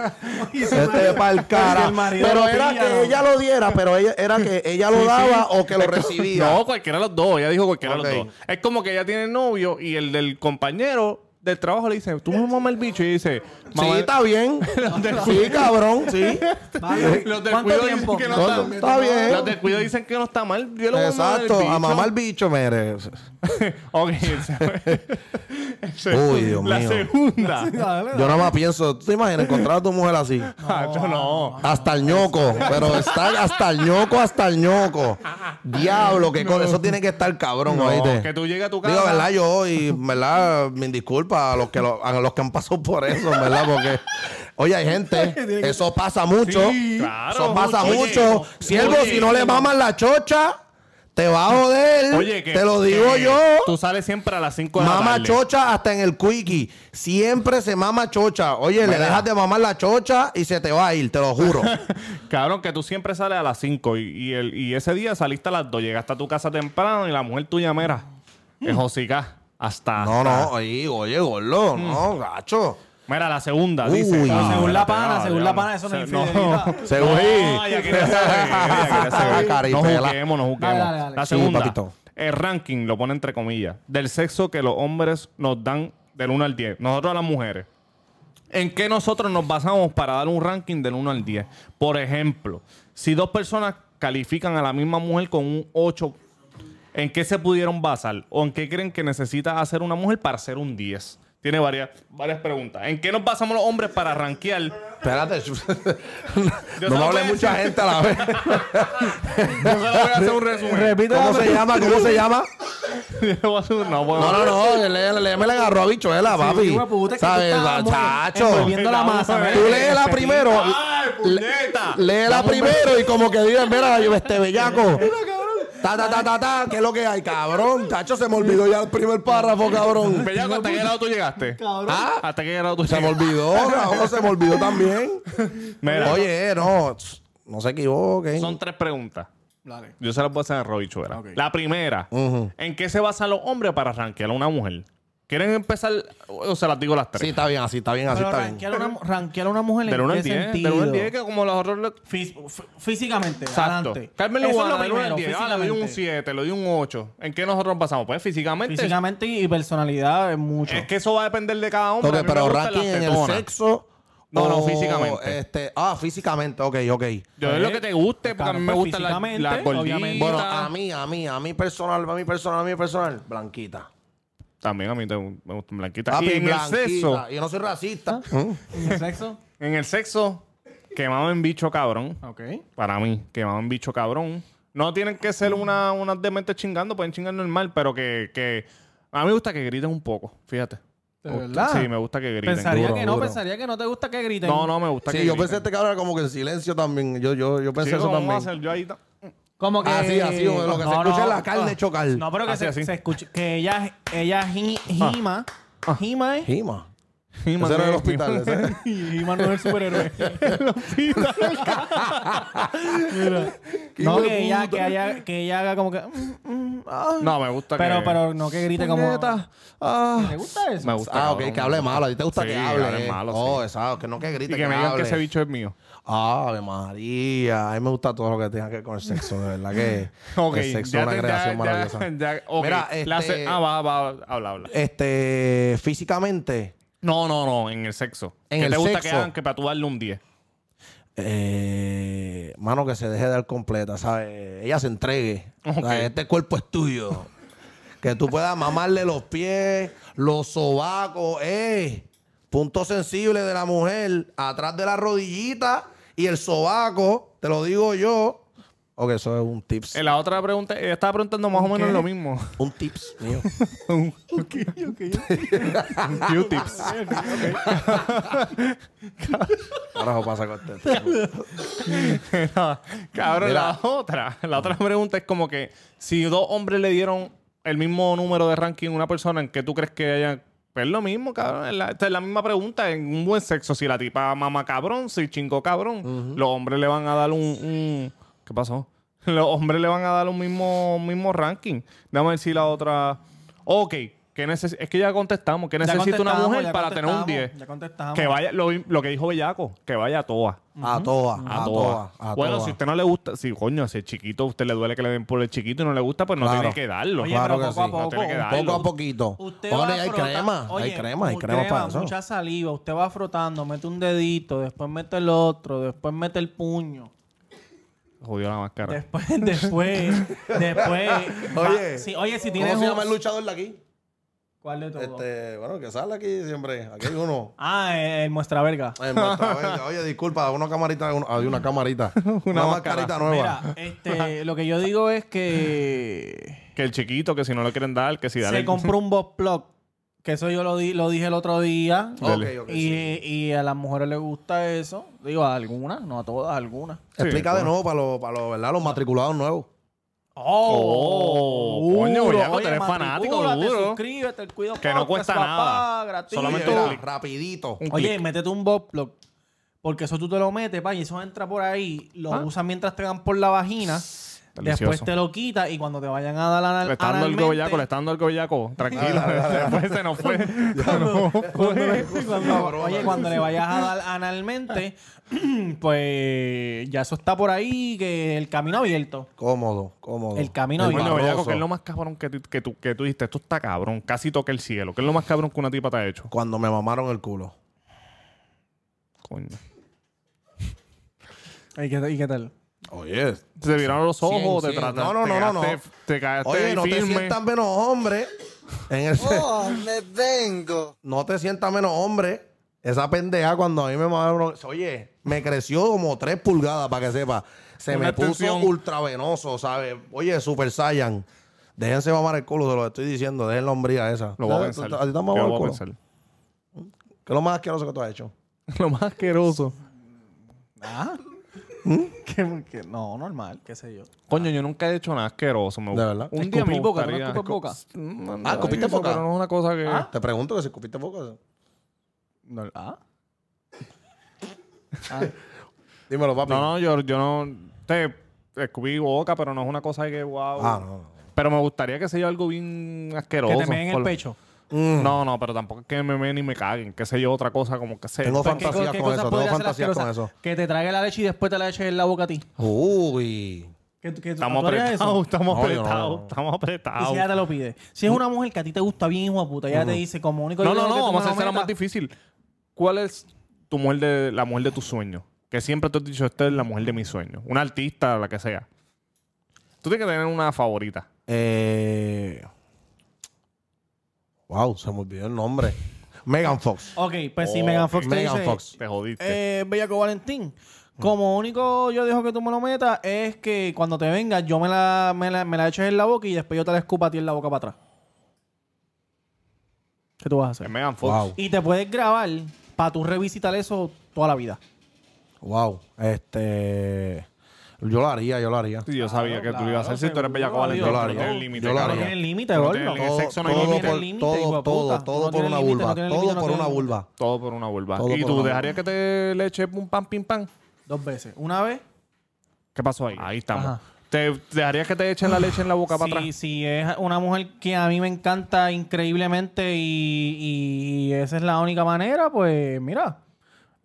S3: Este es para el
S2: Porque
S3: cara.
S2: el marido
S3: Pero
S2: lo
S3: era
S2: pilla,
S3: que
S2: ¿no?
S3: ella lo diera, pero ella, era que ella lo daba o que lo recibía.
S1: No, cualquiera de los dos. Ella dijo cualquiera de
S3: Ok.
S1: los dos. Es como que ella tiene novio y el del compañero del trabajo le dice, tú me mamas el bicho. Y dice,
S3: sí,
S1: "Mamá,
S3: está bien. sí, cabrón, sí.
S2: Vale,
S1: Los del
S2: ¿cuánto
S1: cuido
S2: tiempo?
S1: dicen que no
S3: No,
S1: está
S3: está bien.
S1: Los del cuido dicen que no está mal. Yo lo voy a mamar el
S3: Exacto, a
S1: bicho.
S3: mamar el bicho, mire.
S1: Ok. ese fue- ese-
S3: Uy, Dios
S1: La
S3: mío.
S1: segunda.
S2: Dale,
S3: Yo nada más pienso, ¿tú te imaginas encontrar a tu mujer así?
S1: Ah, yo no.
S3: Hasta el ñoco, pero está hasta el ñoco, hasta el ñoco. Diablo, que con eso tiene que estar cabrón, oíste.
S1: Que tú llegues a tu casa.
S3: Digo, verdad, yo hoy, verdad, mi disculpa a los que lo- a los que han pasado por eso, verdad, porque oye, hay gente, eso pasa mucho,
S1: Sí, claro,
S3: eso pasa
S1: oye,
S3: mucho.
S1: oye,
S3: Siervo,
S1: oye,
S3: si no le maman la chocha, te va a joder.
S1: Oye, que,
S3: te lo digo
S1: que
S3: yo.
S1: Tú sales siempre a las 5 de la tarde.
S3: Mama chocha hasta en el quickie. Siempre se mama chocha. Oye, le dejas de mamar la chocha y se te va a ir, te lo juro.
S1: Cabrón, que tú siempre sales a las 5 y, y el, y ese día saliste a las 2, llegaste a tu casa temprano y la mujer tuya, mira, es hocica. Hasta.
S3: Mm. no,
S1: hasta-
S3: no, oye, oye, gordo, no,
S2: Mm.
S3: gacho.
S1: Mira, la segunda,
S3: Uy.
S1: dice. Ah,
S3: No,
S2: según la
S1: espérate,
S2: pana,
S1: no,
S2: según
S1: ya
S2: la
S1: no.
S2: pana, eso no es
S1: Se- no.
S2: infidelidad.
S3: Según
S1: No, ya quería saber, ya quería saber. No
S3: Caripela.
S1: juguemos, no juguemos.
S2: Dale, dale, dale.
S1: La
S3: Sí,
S1: segunda,
S3: papito.
S1: el ranking, lo pone entre comillas, del sexo que los hombres nos dan del 1 al 10. Nosotros las mujeres. ¿En qué nosotros nos basamos para dar un ranking del 1 al 10? Por ejemplo, si dos personas califican a la misma mujer con un 8, ¿en qué se pudieron basar? ¿O en qué creen que necesita hacer una mujer para ser un 10? Tiene varias, varias preguntas. ¿En qué nos basamos los hombres para rankear?
S3: Espérate,
S1: Yo
S3: no
S1: se
S3: me
S1: lo
S3: hable
S1: voy a
S3: mucha
S1: decir.
S3: gente a la vez.
S1: Yo se lo voy a hacer un resumen.
S2: Repite
S3: ¿Cómo
S2: la-
S3: se llama? ¿Cómo se llama?
S1: Yo voy a hacer- no, puedo.
S3: No, no, no, le, le, me la agarró a bichuela, papi.
S2: hijo de puta, que tú
S3: ¿Sabes? Ah,
S2: estabas muy
S3: Chacho.
S2: envolviendo la masa,
S1: Tú
S3: Tú
S2: ¿verdad?
S3: léela primero.
S1: ¡Ay, puñeta!
S3: Léela primero y como que digan, mira, yo este bellaco. Ta, ta, ta, ta, ta, ¿qué es lo que hay, cabrón? Tacho, se me olvidó ya el primer párrafo, cabrón.
S1: Bellaco, ¿hasta qué lado tú llegaste?
S2: Cabrón.
S3: ¿Ah?
S1: ¿Hasta qué lado tú
S3: Se me
S1: llegaste?
S3: olvidó, cabrón, se me olvidó también.
S1: Mira,
S3: Oye, no. No se equivoquen.
S1: Son tres preguntas.
S2: Dale.
S1: Yo se las voy a hacer a Roy Chuera.
S2: Ok.
S1: La primera,
S3: Ujú.
S1: ¿en qué se basan los hombres para rankear a una mujer? ¿Quieren empezar o se las digo las
S3: Sí,
S1: tres?
S3: está bien, así está bien, así
S2: Pero
S3: está bien.
S2: rankear, una, rankear a una mujer
S1: del 1
S2: en
S1: al
S2: qué
S1: 10.
S2: sentido.
S1: Del 1 al 10, que como los otros... le-
S2: Fí- f- físicamente,
S1: Exacto.
S2: adelante.
S1: Carmen
S2: Eso es
S1: Lugana,
S2: lo
S1: del 1 al
S2: primero,
S1: 10. Ah, le doy
S2: físicamente.
S1: un 7, le doy un 8. ¿En qué nosotros pasamos? Pues físicamente.
S2: Físicamente y personalidad es mucho.
S1: Es que eso va a depender de cada hombre.
S3: Ok,
S1: A mí me
S3: pero
S1: gustan
S3: ranking
S1: las
S3: en el
S1: tetonas.
S3: sexo.
S1: No, no,
S3: o,
S1: físicamente.
S3: Este, ah, físicamente, ok, ok.
S1: Yo es lo que te guste, porque
S2: Claro,
S1: a mí me
S2: pues,
S1: gustan las
S2: físicamente,
S1: las gorditas.
S2: obviamente.
S3: Bueno, a mí, a mí, a mí personal, a mí personal, a mí personal, blanquita.
S1: También a mí te- me gustan blanquitas.
S3: Papi,
S1: y en
S3: blanquita.
S1: el sexo,
S3: Yo no soy racista.
S2: ¿En el sexo?
S1: en el sexo, quemaban bicho cabrón.
S2: Ok.
S1: Para mí, quemaban bicho cabrón. No tienen que ser una, unas dementes chingando, pueden chingar normal, pero que, que... A mí me gusta que griten un poco, fíjate.
S2: ¿De
S1: Me gusta-
S2: verdad?
S1: Sí, me gusta que griten.
S2: Pensaría
S3: Duro,
S2: que no,
S3: duro.
S2: pensaría que no te gusta que griten.
S1: No, no, me gusta que
S3: Sí, yo
S1: griten.
S3: pensé este cabrón era como que en silencio también. Yo, yo, yo pensé
S1: Sí,
S3: eso
S1: ¿cómo voy a
S3: también.
S1: hacer yo ahí? ta-
S2: Como que.
S3: Así, Ah, así, o lo que se escucha es la carne
S2: ah,
S3: chocar.
S2: No, pero que
S1: Así,
S2: se,
S1: así.
S2: se escuche. Que ella, ella gi-
S3: Ah.
S2: gima. Gima es.
S3: Jima.
S1: Sí,
S3: Ese era
S1: mandé-
S3: el hospital. ese.
S2: Gima no es el superhéroe. Mira.
S3: Hijo
S2: No,
S3: de
S2: que ella,
S3: puta.
S2: que, ella, que ella haga como que. mm, mm, ah.
S1: No, me gusta
S2: pero,
S1: que...
S2: pero no que grite como.
S3: Puñeta. Ah.
S2: ¿Te gusta eso?
S1: Me gusta,
S3: Ah, ok,
S1: cabrón.
S3: que hable malo. A ti te gusta
S1: Sí,
S3: que hable.
S1: hablen
S3: eh.
S1: malo,
S3: oh,
S1: sí.
S3: exacto, que no que grite.
S1: Y que me digan que
S3: hable.
S1: ese bicho es mío.
S3: Ave María, a mí me gusta todo lo que tenga que ver con el sexo, de verdad que
S1: Ok,
S3: el sexo
S1: ya
S3: es una
S1: te-
S3: creación
S1: ya-
S3: maravillosa.
S1: ya- ya- ok,
S3: Mira,
S1: la
S3: este-
S1: se- Ah, va, va, va, habla, habla.
S3: Este, físicamente,
S1: No, no, no, en el sexo.
S3: En
S1: ¿Qué
S3: el
S1: te gusta que
S3: sexo.
S1: hagan que para tú darle un 10?
S3: eh, mano, que se deje de dar completa, ¿sabes? Ella se entregue. O sea,
S1: Ok.
S3: este cuerpo es tuyo. que tú puedas mamarle los pies, los sobacos, eh. Punto sensible de la mujer, atrás de la rodillita y el sobaco, te lo digo yo. Ok, eso es un tips.
S1: En Eh, la otra pregunta, ella estaba preguntando más o menos lo mismo.
S3: Un tips mío.
S1: Q-tips.
S3: Carajo pasa con este.
S1: Cabrón,
S3: Mira.
S1: la otra. La otra pregunta es como que si dos hombres le dieron el mismo número de ranking a una persona, ¿en qué tú crees que haya...? Pues lo mismo, cabrón. Es la, esta es la misma pregunta. En un buen sexo, si la tipa mama cabrón, si chingó cabrón, los hombres le van a dar un... un- ¿Qué pasó? Los hombres le van a dar un mismo, mismo ranking. Déjame decir la otra... Ok, que neces- es que ya contestamos. que
S2: Ya
S1: necesita una
S2: contestamos,
S1: mujer
S2: ya
S1: para tener un
S2: contestamos,
S1: 10?
S2: Ya contestamos.
S1: Que vaya, lo, lo que dijo Bellaco, que vaya a toa.
S3: A toa,
S1: A
S3: a
S1: toa.
S3: toa, a
S1: bueno,
S3: toa.
S1: si a usted no le gusta, si coño, si es chiquito, a usted le duele que le den por el chiquito y no le gusta, pues no
S3: Claro.
S1: tiene que darlo.
S2: Oye,
S3: Claro
S2: pero
S3: que
S2: poco a
S3: sí.
S1: No
S2: poco.
S1: tiene que darlo.
S3: Poco a poquito.
S2: Usted
S3: Ahora
S2: va
S3: hay
S2: frota-
S3: crema, hay
S2: Oye,
S3: crema, hay
S2: mu-
S3: crema para eso.
S2: Mucha saliva. Usted va frotando, mete un dedito, después mete el otro, después mete el puño.
S1: Jodió la máscara.
S2: Después, después, después. va-
S3: Oye,
S2: si, oye, si
S3: ¿Cómo
S2: tienes.
S3: se
S2: un-
S3: llama el luchador de aquí?
S2: ¿Cuál de todos?
S3: Este, bueno, que sale aquí siempre. Aquí hay uno.
S2: Ah, el, el muestra verga.
S3: Ay, muestra, venga. Oye, disculpa, una camarita, uno- hay una camarita.
S1: máscara.
S3: una, mascarita nueva.
S2: Mira, este, lo que yo digo es que
S1: Que el chiquito, que si no le quieren dar, que si dale.
S2: se
S1: el-
S2: compró un box plug. Que eso yo lo, di- lo dije el otro día.
S1: Dale.
S3: Ok, ok.
S2: y,
S3: sí.
S2: y a las mujeres les gusta eso. Digo, a algunas, no a todas, a algunas.
S3: Explica de nuevo para los, para los, ¿verdad? los matriculados nuevos.
S1: Oh,
S2: Duro.
S1: coño, Bellaco,
S2: Oye,
S1: tú eres fanático,
S2: matricúlate,
S1: duro.
S2: suscríbete, el cuido
S1: Que no
S2: Podcast,
S1: cuesta nada.
S2: gratuito.
S1: Solamente
S3: Mira,
S1: clic.
S3: rapidito.
S1: Un
S2: Oye,
S1: clic.
S2: métete un box plug, Porque eso tú te lo metes, pa, y eso entra por ahí, lo
S1: Ah.
S2: usas mientras te dan por la vagina, después
S1: Delicioso.
S2: te lo quitas y cuando te vayan a dar anal,
S1: Le está dando el
S2: analmente-
S1: gobellaco, le está dando el gobellaco. Tranquilo. Después se nos fue.
S2: cuando le- cuando-
S3: broma.
S2: oye, cuando le vayas a dar analmente, pues ya eso está por ahí, que el camino abierto.
S3: Cómodo, cómodo.
S2: El camino
S3: El
S2: bien.
S1: Coño, Bellaco,
S3: barroso.
S1: que es lo más cabrón que, ti- que, tú, que tú dijiste. Esto está cabrón. Casi toca el cielo. ¿Qué es lo más cabrón que una tipa te ha hecho?
S3: Cuando me mamaron el culo.
S1: Coño.
S2: ¿Y qué, y qué tal?
S3: Oye,
S1: Te viraron los ojos,
S3: Cien,
S1: te
S3: cien.
S1: trataste.
S3: No, no, no, no, no.
S1: Te caíste
S3: Oye, no te
S1: firme.
S3: sientas menos hombre. En el se-
S5: Oh, me vengo.
S3: No te sientas menos hombre. Esa pendeja cuando a mí me mandaron. Oye, me creció como tres pulgadas para que sepa. Se
S1: Una
S3: me puso
S1: extensión.
S3: ultravenoso, ¿sabes? Oye, Super Saiyan. Déjense mamar el culo, se lo estoy diciendo. Dejen la hombría esa.
S1: Lo voy a
S3: ¿Sabes? ¿Tú-
S1: pensar.
S3: ¿A ti te han
S1: Yo
S3: mamado
S1: lo
S3: el
S1: voy a
S3: culo?
S1: pensar.
S3: ¿Qué es lo más asqueroso que tú has hecho?
S1: Lo más asqueroso.
S2: ¿Ah? ¿Qué, qué- no, normal, qué sé yo.
S1: Coño, yo nunca he hecho nada asqueroso. Me
S3: ¿De verdad?
S1: Un día
S2: Escupir
S1: me
S2: boca, ¿tú no
S1: gustaría...
S2: escupes
S1: escu-
S2: boca?
S1: Mm,
S3: Ah, ¿escupiste
S1: eso,
S3: boca?
S1: Pero no es una cosa que...
S2: Ah.
S3: Te pregunto que si escupiste poco.
S2: No- ¿Ah?
S3: Dímelo, papi.
S1: No, no, yo, yo no te escupí boca, pero no es una cosa que wow.
S3: Ah, no, no.
S1: Pero me gustaría que sea algo bien asqueroso.
S2: Que te meen en el
S1: por-
S2: pecho.
S3: Mm.
S1: No, no, pero tampoco es que me meen y me caguen, que sé yo, otra cosa como que sé.
S3: Tengo
S2: Pues, ¿qué
S3: fantasías
S2: co- qué
S3: con
S2: cosas
S3: eso,
S2: podría
S3: tengo
S2: ser
S3: fantasías con
S2: asquerosas?
S3: eso.
S2: Que te trague la leche y después te la eches en la boca a ti.
S3: Uy.
S2: Que, que,
S1: Estamos
S2: ¿tú harías eso?
S1: apretados, estamos
S3: No, yo no,
S1: apretados,
S3: no.
S1: estamos
S2: Y si
S1: apretados.
S2: ella te lo pide. Si es una mujer que a ti te gusta bien, hijo de puta, ella te dice como único
S1: No,
S2: yo
S1: no,
S2: quiero que
S1: no,
S2: tú
S1: vamos
S2: me
S1: a
S2: lo
S1: hacer la más
S2: metas.
S1: difícil. ¿Cuál es tu mujer de, la mujer de tus sueños? Que siempre te he dicho, esta es la mujer de mis sueños. Una artista, la que sea. Tú tienes que tener una favorita.
S3: Eh... Wow, se me olvidó el nombre. Megan Fox.
S2: Ok, pues si
S1: Oh,
S2: Megan Fox te
S3: Megan
S2: dice,
S3: Fox.
S1: Te jodiste.
S2: eh, Bellaco Valentín, como único yo dejo que tú me lo metas es que cuando te vengas yo me la, me la, me la eches en la boca y después yo te la escupa a ti en la boca para atrás. ¿Qué tú vas a
S1: Es
S2: hacer?
S1: Megan Fox.
S3: Wow.
S2: Y te puedes grabar para tú revisitar eso toda la vida.
S3: Wow. Este... Yo lo haría, yo lo haría.
S1: Sí, yo sabía que tú lo ibas a hacer si tú eres
S2: seguro,
S1: bellaco Valentín.
S2: yo
S1: tú
S2: lo
S1: no
S3: haría.
S1: tienes límite,
S3: Yo lo
S1: cabrón.
S3: haría.
S2: Tienes límite,
S1: Tú no
S2: gordo.
S1: tienes- En el sexo no hay
S3: todo,
S1: límite.
S3: por,
S2: No tiene
S3: todo,
S2: límite, hijo de
S3: todo,
S2: puta.
S3: todo
S2: No
S3: por
S2: tiene
S3: una
S2: límite,
S3: vulva.
S2: no tiene límite,
S3: todo
S2: no
S3: por
S2: tiene
S3: una
S2: límite.
S3: vulva.
S1: Todo por una vulva.
S3: Todo
S1: ¿Y
S3: por
S1: tú
S3: una
S1: dejarías que te le eche un pan, pim, pan?
S2: Dos veces. Una vez,
S1: ¿Qué pasó ahí? Ahí estamos.
S2: Ajá.
S1: ¿Te dejarías que te echen la leche en la boca para
S2: si,
S1: atrás?
S2: si es una mujer que a mí me encanta increíblemente y, y esa es la única manera, pues mira,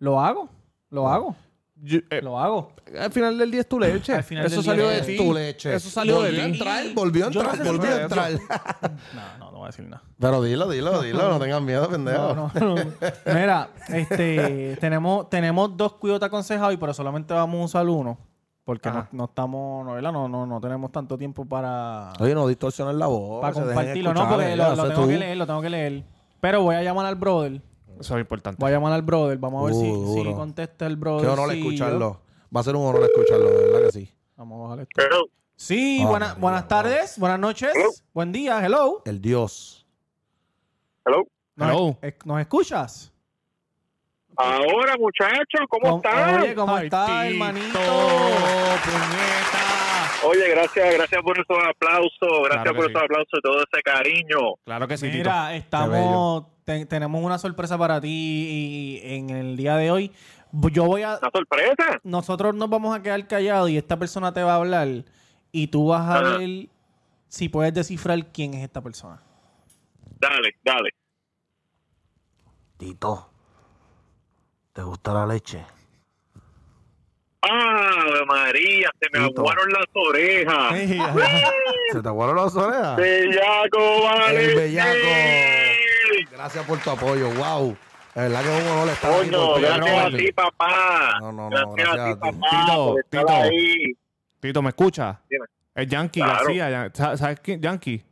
S2: lo hago. Lo hago.
S1: Yo- eh,
S2: Lo hago.
S1: al final del día es tu leche.
S2: Al final
S1: Eso
S2: del
S1: salió
S2: día
S1: de
S2: es
S1: ti.
S3: tu leche.
S1: Eso salió
S3: volvió a
S1: de ti.
S3: entrar, volvió a
S2: Yo no
S3: entrar,
S2: sé
S3: volvió a
S1: si fue
S3: entrar.
S2: No, no, no voy a decir nada.
S3: Pero dilo, dilo, dilo, no tengan miedo, pendejo.
S2: No, no, no. Mira, este, tenemos, tenemos dos cuidados aconsejados y pero solamente vamos a usar uno. Porque no,
S1: Ajá.
S2: no estamos, no, ¿verdad? no, no, no tenemos tanto tiempo para...
S3: Oye, no distorsiones la voz.
S2: para
S3: se dejen
S2: compartirlo, no,
S3: escuchar,
S2: porque
S3: ya,
S2: lo, lo
S3: sé
S2: tengo
S3: tú.
S2: que leer, lo tengo que leer. Pero voy a llamar al brother.
S1: Eso es importante.
S2: Voy a llamar al brother. Vamos a ver
S3: Uh,
S2: si, si
S3: duro.
S2: contesta el brother.
S3: Qué honor
S2: sí,
S3: escucharlo. Va a ser un honor escucharlo, de verdad que sí.
S2: yo- Vamos a bajar esto. Sí,
S3: Ah,
S2: buena-
S3: María,
S2: buenas tardes, buenas noches, buen día, hello.
S3: El Dios.
S6: Hello.
S2: ¿Nos,
S1: Hello.
S2: eh, ¿nos escuchas?
S6: Ahora, muchachos, ¿cómo
S2: Oye,
S6: están?
S2: ¿cómo
S1: Ay,
S2: estás,
S1: Tito,
S2: hermanito?
S1: puñeta.
S6: Oye, gracias, gracias por esos aplausos, gracias
S1: Claro que
S6: por
S1: sí.
S6: esos aplausos y todo ese cariño.
S1: Claro que sí, Tito.
S2: Mira, estamos, te- tenemos una sorpresa para ti y- y en el día de hoy. Yo voy a,
S6: Una sorpresa.
S2: nosotros nos vamos a quedar callados y esta persona te va a hablar y tú vas a
S6: Ajá.
S2: ver si puedes descifrar quién es esta persona.
S6: Dale, dale.
S3: Tito. ¿Te gusta la leche?
S6: Ave María, se me
S3: Tito.
S6: aguaron las orejas.
S3: ¿Se te aguaron las orejas?
S6: Bellaco, vale.
S3: El bellaco. Gracias por tu apoyo, wow. De verdad que es un honor estar aquí
S6: Coño,
S3: contigo,
S6: gracias a
S3: Robert.
S6: ti, papá.
S3: No, no, no,
S6: gracias, a ti,
S3: gracias a ti.
S6: papá.
S1: Tito,
S6: por estar
S1: Tito.
S6: ahí.
S1: Tito, ¿me escuchas?
S6: Dime.
S1: Es Yankee
S6: Claro.
S1: García. Ya- sa- ¿Sabes quién? Yankee.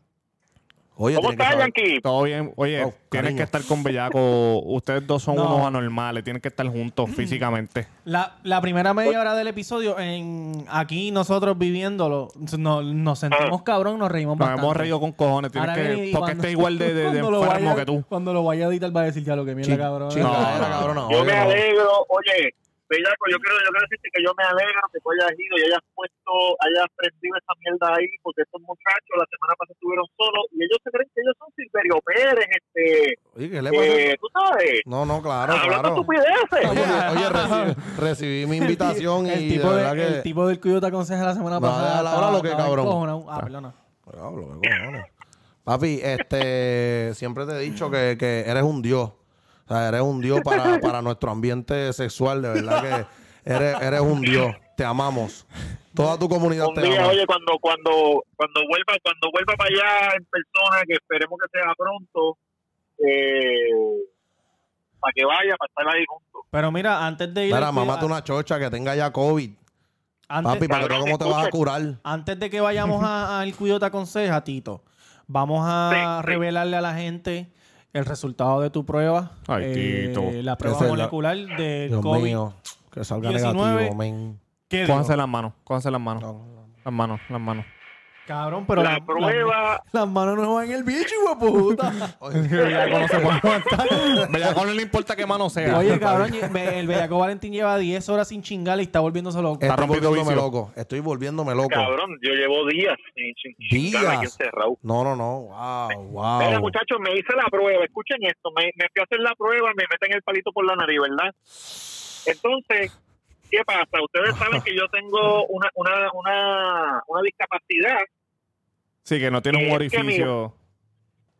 S3: Oye,
S6: ¿Cómo
S3: tiene que
S6: estás,
S3: saber-
S6: Yankee?
S1: Todo bien. Oye,
S3: Oh,
S1: tienes
S3: cariño.
S1: que estar con Bellaco. Ustedes dos son
S2: No. Mm.
S1: unos anormales. Tienen que estar juntos físicamente.
S2: La, la primera media hora del episodio, en aquí nosotros viviéndolo, no- nos sentimos cabrón, nos reímos
S1: Nos
S2: bastante.
S1: hemos reído con cojones. Tienes
S2: Ahora viene
S1: que,
S2: y
S1: porque
S2: cuando-
S1: este es igual de, de, de
S2: cuando lo
S1: enfermo
S2: vaya-
S1: que tú.
S2: Cuando lo vaya a editar va a decir ya lo que mierda,
S3: Chin-
S2: cabrón.
S3: chingadera,
S1: No,
S3: cabrona,
S6: Yo
S3: oye,
S6: me
S3: no.
S6: alegro, oye, Bellaco, yo quiero, yo quiero decirte que yo me alegro que tú hayas ido y hayas puesto, hayas prendido esa mierda ahí, porque estos muchachos la semana pasada estuvieron solos y ellos se creen que ellos son Silverio Pérez, este,
S3: Oye, ¿qué le pasa?
S6: eh, tú sabes,
S3: No, no, claro, claro.
S6: hablando
S3: Oye,
S6: estupideces.
S3: oye, reci- recibí, mi invitación
S2: el
S3: y
S2: tipo,
S3: de
S2: de-
S3: verdad que...
S2: el tipo del cuyo te aconseja la semana
S3: No,
S2: pasada.
S3: déjala hablar lo que
S2: estaba
S3: cabrón.
S2: encojonado. Ah, perdona.
S3: Diablo, qué cojones. Papi, este, siempre te he dicho que, que eres un dios. O sea, eres un dios para, para nuestro ambiente sexual, de verdad que eres, eres un dios. Te amamos. Toda tu comunidad
S6: Un
S3: te
S6: día,
S3: ama.
S6: oye, cuando, cuando, cuando vuelva, cuando vuelva para allá en persona, que esperemos que sea pronto, eh, para que vaya, para estar ahí juntos.
S2: Pero mira, antes de ir.
S3: Mira,
S2: al-
S3: mamate una chocha que tenga ya COVID.
S2: antes-
S3: Papi, para que tú veas cómo te vas a curar.
S2: Antes de que vayamos a- al cuido te aconseja, Tito, vamos a
S6: Sí, sí.
S2: revelarle a la gente el resultado de tu prueba. eh,
S1: Ay, Tito.
S2: La prueba
S3: Esa es la-
S2: molecular del
S3: Dios
S2: COVID.
S3: mío, que salga
S2: 19.
S3: negativo, men.
S2: ¿Qué digo?
S1: Cójanse las manos. Cójanse las manos. Las manos, las manos.
S2: Cabrón, pero
S6: La
S2: las-
S6: prueba-
S2: Las, las manos no van en el bicho, hijo de puta.
S1: Bellaco no se puede aguantar. Bellaco no le importa qué mano sea.
S2: Oye, cabrón, me- el Bellaco Valentín lleva 10 horas sin chingar y está volviéndose loco.
S1: Eh,
S3: Estoy
S1: rompiendo
S3: volviéndome
S1: vicio.
S3: loco. Estoy volviéndome loco.
S6: Cabrón, yo llevo días sin, sin chingarme aquí
S3: Días.
S6: encerrado.
S3: No, no, no. Wow,
S6: Mira,
S3: wow.
S6: muchachos, me hice la prueba. Escuchen esto. Me, me fui a hacer la prueba, me meten el palito por la nariz, ¿verdad? Entonces, ¿Qué pasa? Ustedes saben que yo tengo una, una, una, una discapacidad.
S1: Sí, que no tiene un
S6: Es que, mira,
S1: orificio.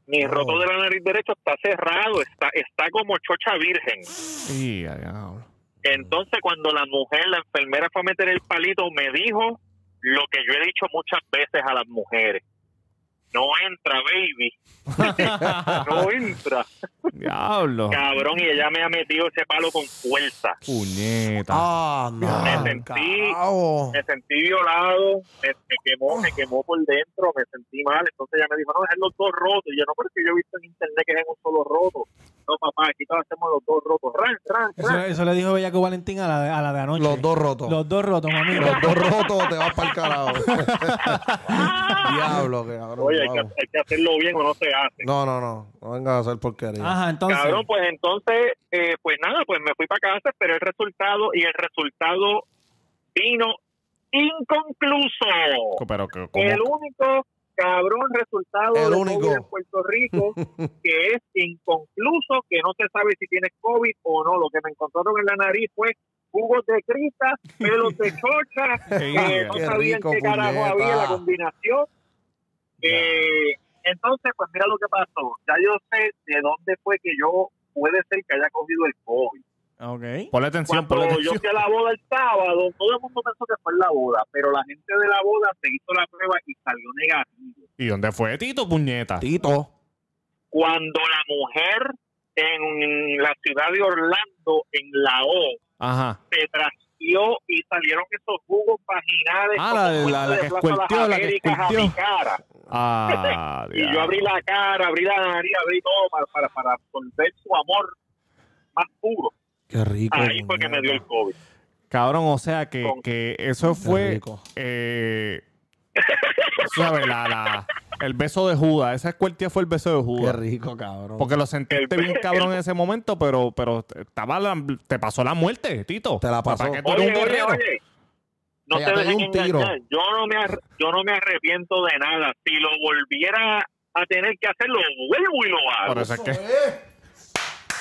S6: Mi roto de la nariz derecho está cerrado, está, está como chocha virgen.
S1: Sí, a diablo.
S6: Entonces, cuando la mujer, la enfermera fue a meter el palito, me dijo lo que yo he dicho muchas veces a las mujeres. No entra, baby. no entra.
S1: Diablo.
S6: Cabrón, y ella me ha metido ese palo con fuerza.
S1: Puñeta.
S3: Ah, no.
S6: Me sentí-
S3: carajo.
S6: Me sentí violado, me, me quemó, me quemó por dentro, me sentí mal. Entonces ella me dijo, no, es los dos rotos. Y yo, no, porque yo he visto en internet que es en un solo roto. No, papá, aquí todos hacemos los dos rotos. Ran, ran,
S2: Eso,
S6: ran.
S2: eso le dijo Bellaco Valentín a la, de- a la de anoche.
S3: Los dos rotos.
S2: Los dos rotos, mami.
S3: Los dos rotos te vas para el carajo. Diablo, que cabrón.
S6: ¡Ah! Oye, hay que,
S3: vamos.
S6: hay que hacerlo bien o no se hace.
S3: No, no, no. No vengas a hacer porquería.
S2: Ajá, entonces.
S6: Cabrón, pues entonces, eh, pues nada, pues me fui para casa, pero el resultado y el resultado vino inconcluso.
S1: Pero que
S6: El
S1: como.
S6: único cabrón resultado
S3: El
S6: de
S3: único.
S6: COVID en Puerto Rico que es inconcluso, que no se sabe si tienes COVID o no. Lo que me encontraron en la nariz fue jugos de crista, pelos de chocha, eh, no
S3: Qué
S6: sabían
S3: rico,
S6: qué carajo
S3: puñeta.
S6: había la combinación. Eh, entonces, pues mira lo que pasó. Ya yo sé de dónde fue que yo puede ser que haya cogido el COVID.
S2: Ok.
S1: Ponle atención, ponle
S6: Cuando yo
S1: atención.
S6: fui a la boda el sábado, todo el mundo pensó que fue en la boda, pero la gente de la boda se hizo la prueba y salió negativo.
S1: ¿Y dónde fue Tito, puñeta?
S3: Tito.
S6: Cuando la mujer en la ciudad de Orlando, en la O,
S1: Ajá.
S6: se tració y salieron esos jugos vaginales
S1: Ah,
S6: como
S1: la de-
S6: cuento
S1: la- la que escuelteó, la
S6: de Plaza Las
S1: que
S6: Américas a mi
S1: escuelteó.
S6: cara.
S1: Ah,
S6: Y yo abrí la cara, abrí la nariz, abrí todo para, para, para absorber su amor más puro.
S3: Qué rico.
S6: Ahí fue que me dio el
S3: puñeta.
S6: COVID.
S1: Cabrón, o sea que,
S6: Con-
S1: que eso fue.
S3: rico.
S1: Eh, ¿Sabes? La, la- el beso de Judas. Esa escueltía fue el beso de
S3: Qué
S1: Judas.
S3: rico, cabrón.
S1: Porque lo sentiste
S6: El-
S1: bien cabrón en ese momento, pero, pero te- estaba la- te pasó la muerte, Tito.
S3: Te la
S1: ¿Para
S3: pasó.
S1: qué tú eres
S6: Oye,
S1: un
S6: oye,
S1: guerrero?
S6: oye. No
S3: Oye,
S6: te
S3: te di
S6: dejes
S3: un tiro.
S6: engañar. Yo no, me ar- yo no me arrepiento de nada. Si lo volviera a tener que hacer, lo vuelvo y lo hago.
S1: Por eso es que.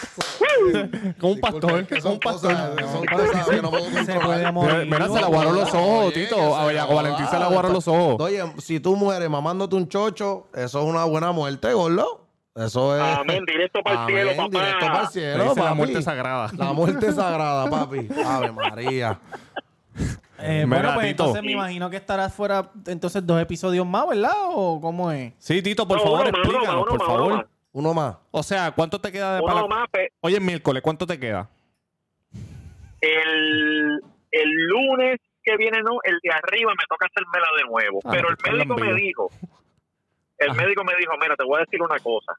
S1: Como un
S3: Disculpen,
S1: pastor.
S3: que
S1: Como
S3: son
S1: un pastor.
S3: cosas- son cosas que no puedo
S2: Se
S3: controlar.
S2: puede
S1: Mira,
S2: morir.
S1: mira, se le
S3: la
S1: aguaron los ojos, Tito. A Bellaco Valentín se le aguaron los ojos.
S3: Oye, si tú mueres mamándote un chocho, eso es una buena muerte, gordo. Eso es.
S6: Amén, directo para el
S3: Amén,
S6: cielo, papá.
S3: Directo para el
S1: Le
S3: cielo,
S1: dice
S3: papi.
S1: la muerte sagrada.
S3: La muerte sagrada, papi. Ave María.
S2: Eh,
S1: Mira,
S2: bueno, pues
S1: Tito.
S2: entonces me imagino que estarás fuera entonces dos episodios más, ¿verdad? ¿O cómo es?
S1: Sí, Tito, por
S6: No,
S1: favor,
S6: uno más, uno más,
S1: explícanos,
S6: uno
S1: por
S6: más, uno más.
S1: favor.
S3: Uno más.
S1: O sea, ¿cuánto te queda de
S6: Uno
S1: para-
S6: más, pe-
S1: Oye, miércoles, ¿cuánto te queda?
S6: el, el lunes que viene no, el de arriba me toca hacérmela de nuevo.
S1: Ah,
S6: Pero el
S1: está
S6: médico me
S1: lambido.
S6: dijo, el médico me dijo, mira, te voy a decir una cosa.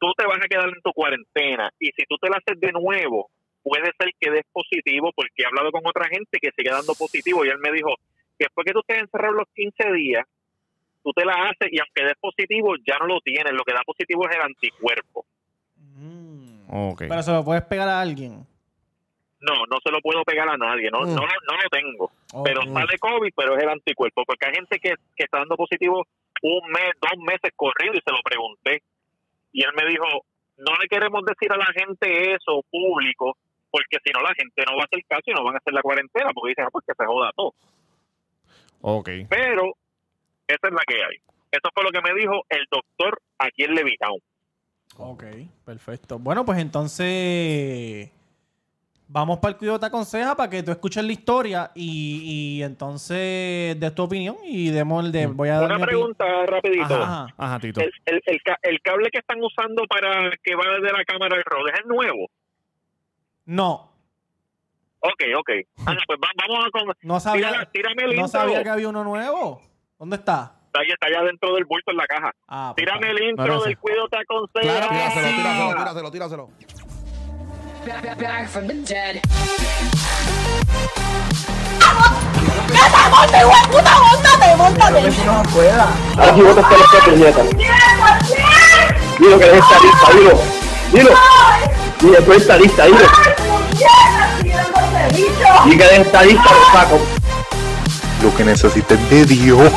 S6: Tú te vas a quedar en tu cuarentena y si tú te la haces de nuevo, puede ser que des positivo porque he hablado con otra gente que sigue dando positivo y él me dijo, que después que tú estés encerrado los 15 días, tú te la haces y aunque des positivo, ya no lo tienes. Lo que da positivo es el anticuerpo.
S3: Mm.
S1: Ok.
S2: Pero se lo puedes pegar a alguien.
S6: No, no se lo puedo pegar a nadie, no,
S3: Mm.
S6: no, no, no lo tengo.
S2: Oh,
S6: pero
S2: mm.
S6: sale COVID, pero es el anticuerpo, porque hay gente que, que está dando positivo un mes, dos meses corrido y se lo pregunté. Y él me dijo, no le queremos decir a la gente eso público, porque si no la gente no va a hacer caso y no van a hacer la cuarentena, porque dicen, ah, pues que se joda todo.
S1: Ok.
S6: Pero esa es la que hay. Eso fue lo que me dijo el doctor aquí en Levitown.
S2: Ok, perfecto. Bueno, pues entonces vamos para el Cuidado te aconseja para que tú escuches la historia y, y entonces des tu opinión y demos el de... Voy a dar
S6: Una
S2: mi opi-
S6: pregunta rapidito.
S2: Ajá, ajá.
S1: Ajá, Tito.
S6: El, el, el, ca- el cable que están usando para que va desde la cámara al road es el nuevo.
S2: No,
S6: Ok, ok. Ah, no, pues va- vamos a... Con...
S2: no sabía,
S6: Tírala- tírame el
S2: no
S6: intro.
S2: sabía que había uno nuevo. ¿Dónde está?
S6: Está allá, está allá dentro del bulto en la caja.
S2: Ah, pues
S6: Tírame
S2: está.
S6: el intro
S1: gracias.
S6: del cuido te aconseja.
S3: Claro, tíraselo, tíraselo, tíraselo, tíraselo.
S7: back, back, back from the dead.
S8: Dilo que eres estadista, dilo. Dilo. Dilo que eres estadista, dilo. Dilo que eres estadista, saco.
S9: lo que necesites de Dios.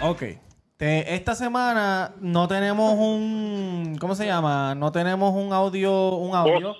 S2: Ok, Te- esta semana no tenemos un. ¿Cómo se llama? No tenemos un audio. Un audio.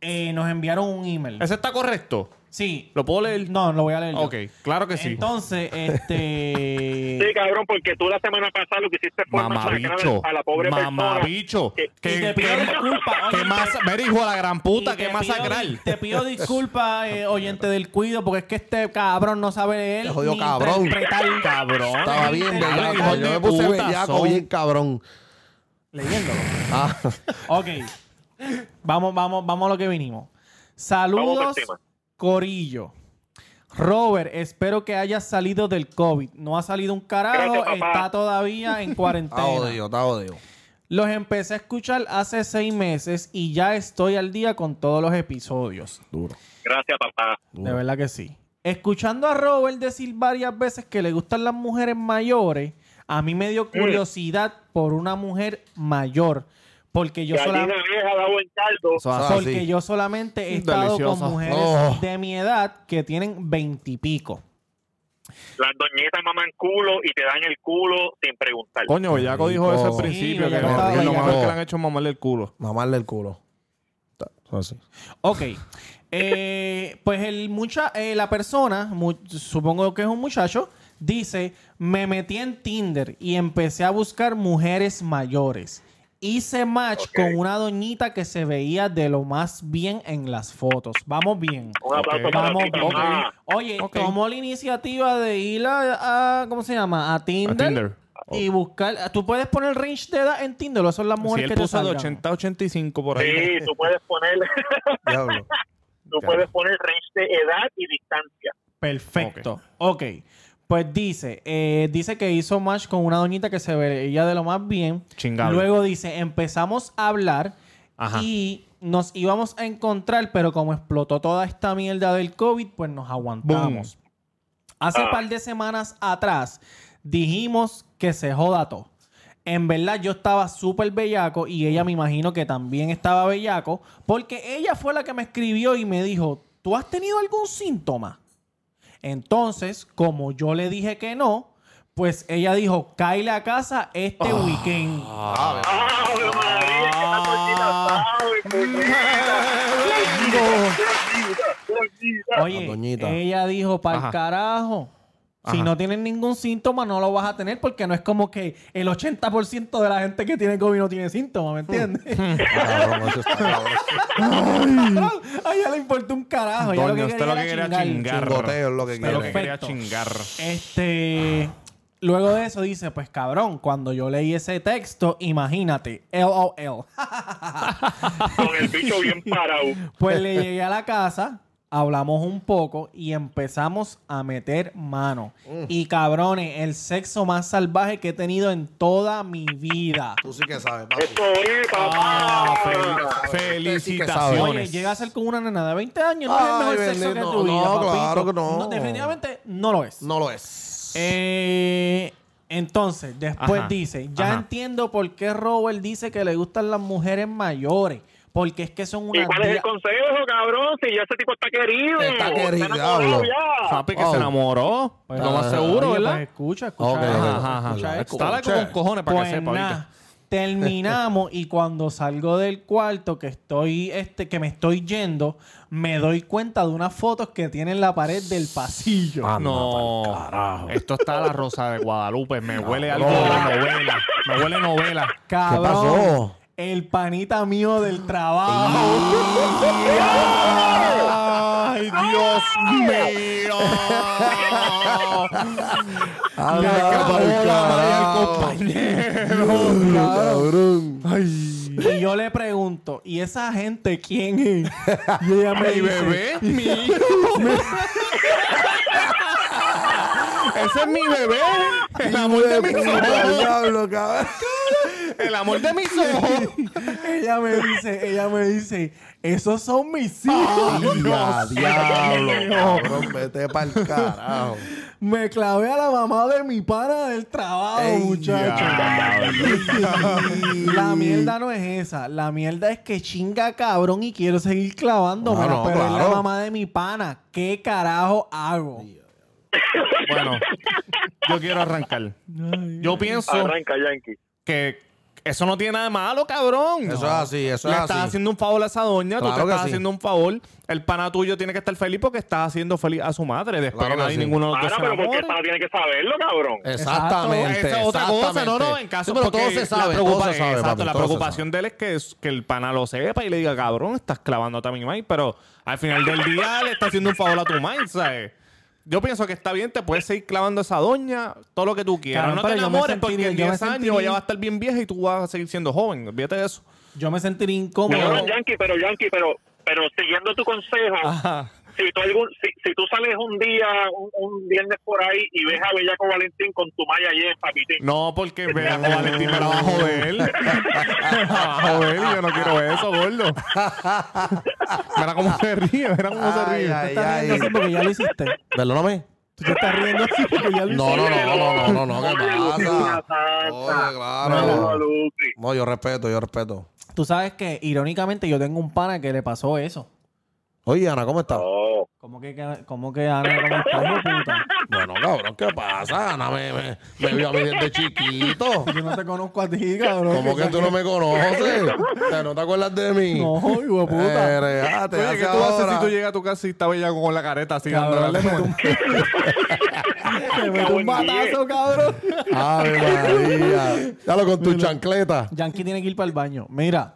S2: Eh, nos enviaron un email.
S1: ¿Ese está correcto?
S2: Sí.
S1: ¿Lo puedo leer?
S2: No, lo voy a leer. yo.
S1: Ok, claro que sí.
S2: Entonces, este.
S6: Sí, cabrón, porque tú la semana pasada lo que hiciste fue
S1: Mamabicho.
S6: masacrar a la pobre persona.
S1: Mamabicho.
S6: que-
S2: y
S1: Que,
S2: te pido
S1: que-
S2: disculpas,
S1: que
S2: oye,
S1: más, ver, hijo de la gran puta,
S2: Y
S1: que
S2: te
S1: masacrar.
S2: pido- Te pido disculpas, eh, oyente del cuido, porque es que este cabrón no sabe leer.
S3: Te jodió
S2: ni
S3: cabrón.
S2: interpretar.
S1: Cabrón.
S3: Estaba bien,
S2: Cabrón,
S3: ¿verdad?
S1: hijo
S3: Yo
S1: de
S3: me puse
S1: puta,
S3: bellaco
S1: son.
S3: bien cabrón.
S2: Leyéndolo.
S3: Ah,
S2: Ok. Vamos, vamos, vamos a lo que vinimos. Saludos,
S6: Vamos por tema.
S2: Corillo. Robert, espero que hayas salido del COVID. No ha salido un carajo,
S6: Gracias, papá.
S2: está todavía en cuarentena.
S3: está Ah, odio, está odio.
S2: Los empecé a escuchar hace seis meses y ya estoy al día con todos los episodios.
S3: Duro.
S6: Gracias, papá.
S2: De verdad que sí. Escuchando a Robert decir varias veces que le gustan las mujeres mayores, a mí me dio curiosidad por una mujer mayor. Porque yo,
S6: Gallina
S2: solamente...
S6: vieja da buen caldo.
S3: Eso
S1: Ah,
S3: es
S2: Porque
S3: así.
S2: yo solamente he estado
S1: Deliciosa.
S2: con mujeres
S3: Oh.
S2: de mi edad que tienen veintipico.
S6: Las doñitas maman culo y te dan el culo sin preguntar.
S1: Coño, Bellaco dijo eso al
S3: Sí,
S1: principio, que
S2: Bellaco
S1: lo
S3: estaba
S1: mejor- lo
S3: bellaco.
S1: mejor que le han hecho es mamarle el culo.
S3: Mamarle el culo. Está- Eso es así.
S2: Ok. Eh, pues el mucha, eh, la persona, mu- supongo que es un muchacho, dice, me metí en Tinder y empecé a buscar mujeres mayores. Hice match
S6: Ok.
S2: con una doñita que se veía de lo más bien en las fotos. Vamos bien.
S6: Un aplauso
S1: Ok,
S6: para
S2: Vamos
S6: ti,
S2: bien.
S6: mamá.
S2: Oye,
S1: Ok.
S2: tomó la iniciativa de ir a, a- ¿cómo se llama? A Tinder.
S1: Tinder.
S2: Y buscar, tú puedes poner range de edad en Tinder, o son las
S1: Si
S2: mujeres
S1: él
S2: que te
S1: puso de
S2: salgan.
S1: 80 a 85 por ahí.
S6: Sí, tú puedes poner,
S3: Diablo.
S6: tú puedes poner range de edad y distancia.
S2: Perfecto. ok. Pues dice, eh, dice que hizo match con una doñita que se veía de lo más bien.
S1: Chingable.
S2: Luego dice, empezamos a hablar
S1: Ajá.
S2: y nos íbamos a encontrar, pero como explotó toda esta mierda del COVID, pues nos aguantamos. Hace
S6: Ah.
S2: par de semanas atrás dijimos que se joda todo. En verdad yo estaba súper bellaco y ella me imagino que también estaba bellaco porque ella fue la que me escribió y me dijo, ¿tú has tenido algún síntoma? Entonces, como yo le dije que no, pues ella dijo, cáile a casa este weekend.
S6: ¡Ave María! ¡Esta doñita sabe!
S2: Oye,
S3: doñita.
S2: ella dijo, para
S1: Ajá.
S2: el carajo. Si
S1: Ajá.
S2: no tienes ningún síntoma, no lo vas a tener porque no es como que el 80% de la gente que tiene COVID no tiene síntomas, ¿me entiendes?
S3: Cabrón, eso está cabrón.
S2: A ella le importa un carajo. ella
S1: Doña, Hmm. usted lo que quería
S2: era
S1: chingar.
S3: Chingoteo es lo que
S1: Usted lo que
S2: quiere.
S1: quería
S2: Perfecto.
S1: chingar.
S2: Este. Luego de eso dice, pues cabrón, cuando yo leí ese texto, imagínate, LOL.
S6: Con el bicho bien parado.
S2: Pues le llegué a la casa, hablamos un poco y empezamos a meter mano.
S3: Mm.
S2: Y cabrones, el sexo más salvaje que he tenido en toda mi vida.
S3: Tú sí que sabes, papi.
S6: ¡Eso es,
S1: Ah,
S6: papá!
S1: fel-
S3: Usted este sí que
S2: Oye,
S3: sabe.
S1: felicitaciones.
S2: llega a ser con una nena de 20 años, no
S3: Ay,
S2: es el mejor sexo
S3: bendito.
S2: que tu vida,
S3: No,
S2: papito.
S3: claro que no.
S2: Definitivamente no lo es.
S3: No lo es.
S2: Eh, entonces, después
S1: Ajá,
S2: dice, ya
S1: ajá.
S2: entiendo por qué Robert dice que le gustan las mujeres mayores. Porque es que son
S6: ¿Y
S2: una...
S6: cuál es el consejo, cabrón? Si ya ese tipo está querido.
S3: Está querido,
S6: enamorado
S3: diablo.
S6: ya.
S1: Papi que
S3: Oh.
S1: se enamoró.
S2: Pues,
S1: lo más seguro, ¿verdad?
S3: pues,
S2: escucha, escucha.
S3: Ok,
S2: Ajá, ajá,
S3: ok,
S1: ajá,
S2: ah, pues, escucha
S1: ajá.
S2: esto.
S1: Está la con cojones para
S2: Pues
S1: que sepa.
S2: nah,
S1: ahorita.
S2: terminamos y cuando salgo del cuarto que estoy este que me estoy yendo, me doy cuenta de unas fotos que tiene en la pared del pasillo.
S1: No, esto está a la rosa de Guadalupe. Me huele algo de novela. Me huele novela.
S2: Cabrón.
S3: pasó?
S2: El panita mío del trabajo.
S1: ¡Ay, Dios mío!
S3: Anda
S1: acabó
S3: pa'l
S1: la madre al
S3: carajo. Uy, cabrón.
S2: Y yo le pregunto, ¿y esa gente quién es? Y ella me
S1: Mi
S2: dice,
S1: bebé, mi hijo. Ese es mi bebé. El amor de mis
S3: Puta,
S1: ojos.
S3: diablo, cabrón.
S1: El amor de mis ojos.
S2: Ella me dice, ella me dice, esos son mis
S1: Ah.
S2: hijos.
S3: Ya, diablo, cabrón, vete pa'l carajo.
S2: Me clavé a la mamá de mi pana del trabajo,
S3: Ey,
S2: muchacho.
S3: diablo.
S2: La mierda no es esa. La mierda es que chinga cabrón y quiero seguir clavándome.
S3: Claro,
S2: pero es la
S3: claro.
S2: mamá de mi pana. ¿Qué carajo hago?
S1: Bueno, yo quiero arrancar. Yo pienso
S6: Arranca, Yankee.
S1: que eso no tiene nada de malo, cabrón.
S3: Eso es
S1: No.
S3: así, eso
S1: Le
S3: es
S1: estás
S3: así.
S1: haciendo un favor a esa doña,
S3: Claro
S1: tú te
S3: que
S1: estás
S3: sí.
S1: haciendo un favor. El pana tuyo tiene que estar feliz porque estás haciendo feliz a su madre. Después
S3: Claro
S1: que
S3: que
S1: nadie,
S3: sí.
S1: ninguno de los dos
S6: Ahora,
S1: se
S6: pero porque
S1: enamore.
S6: el pana tiene que saberlo, cabrón.
S3: Eh, Exactamente.
S1: Esa es otra cosa, no, no, en caso
S3: Sí, pero
S1: porque
S3: todo se
S1: la,
S3: sabe,
S1: preocupa-
S3: todo se sabe,
S1: exacto,
S3: papi,
S1: la
S3: todo se
S1: preocupación de él es que, es- que el pana lo sepa y le diga, cabrón, estás clavando a mi mai, pero al final del día le está haciendo un favor a tu mai, ¿sabes? Yo pienso que está bien, te puedes seguir clavando a esa doña todo lo que tú quieras.
S2: Cabrón,
S1: no te
S2: pero yo me
S1: enamores porque
S2: sentiría-
S1: en
S2: yo me
S1: 10 años
S2: sentiría-
S1: ella va a estar bien vieja y tú vas a seguir siendo joven. Olvídate de eso.
S2: Yo me sentiría incómodo.
S6: Cabrón, Yankee, pero Yankee, pero, pero siguiendo tu consejo,
S1: Ajá.
S6: si tú, algún, si, si tú sales un día, un, un viernes por ahí y ves a Bellaco Valentín con tu malla ayer, papitín.
S1: No, porque Bellaco Valentín me la va a joder. Me la va a joder y yo no quiero eso, gordo. Mira cómo se ríe, mira cómo se
S3: Ay,
S1: ríe.
S3: ay,
S2: Estás riendo así porque ya lo hiciste.
S3: Perdóname.
S2: Tú te estás riendo así porque ya lo
S3: No,
S2: hiciste.
S3: no, no, no, no, no, no,
S6: Oye,
S3: ¿qué
S6: Lucía
S3: pasa?
S6: Santa.
S3: Oye,
S6: No,
S3: claro.
S6: Lucy.
S3: No, yo respeto, yo respeto.
S2: Tú sabes que, irónicamente, yo tengo un pana que le pasó eso.
S3: Oye, Ana, ¿cómo estás?
S6: No.
S2: ¿Cómo que, cómo que Ana, cómo estás, hijo de puta?
S3: Bueno, cabrón, ¿qué pasa? Ana me, me, me vio a mí desde chiquito.
S2: Yo no te conozco a ti, cabrón.
S3: ¿Cómo que tú no me conoces? O sea, ¿No te acuerdas de mí?
S2: No, hijo de puta.
S3: Eh, regate,
S1: Oye,
S3: hace
S1: ¿qué tú haces
S3: ahora.
S1: si tú llegas a tu casa y está bella con la careta así
S2: Cabrón,
S1: dándole
S2: le
S1: a
S2: meto un, le meto un
S6: Cabrón,
S2: batazo, cabrón.
S3: Ave María. Dalo con tu chancleta.
S2: Yankee tiene que ir para el baño. Mira,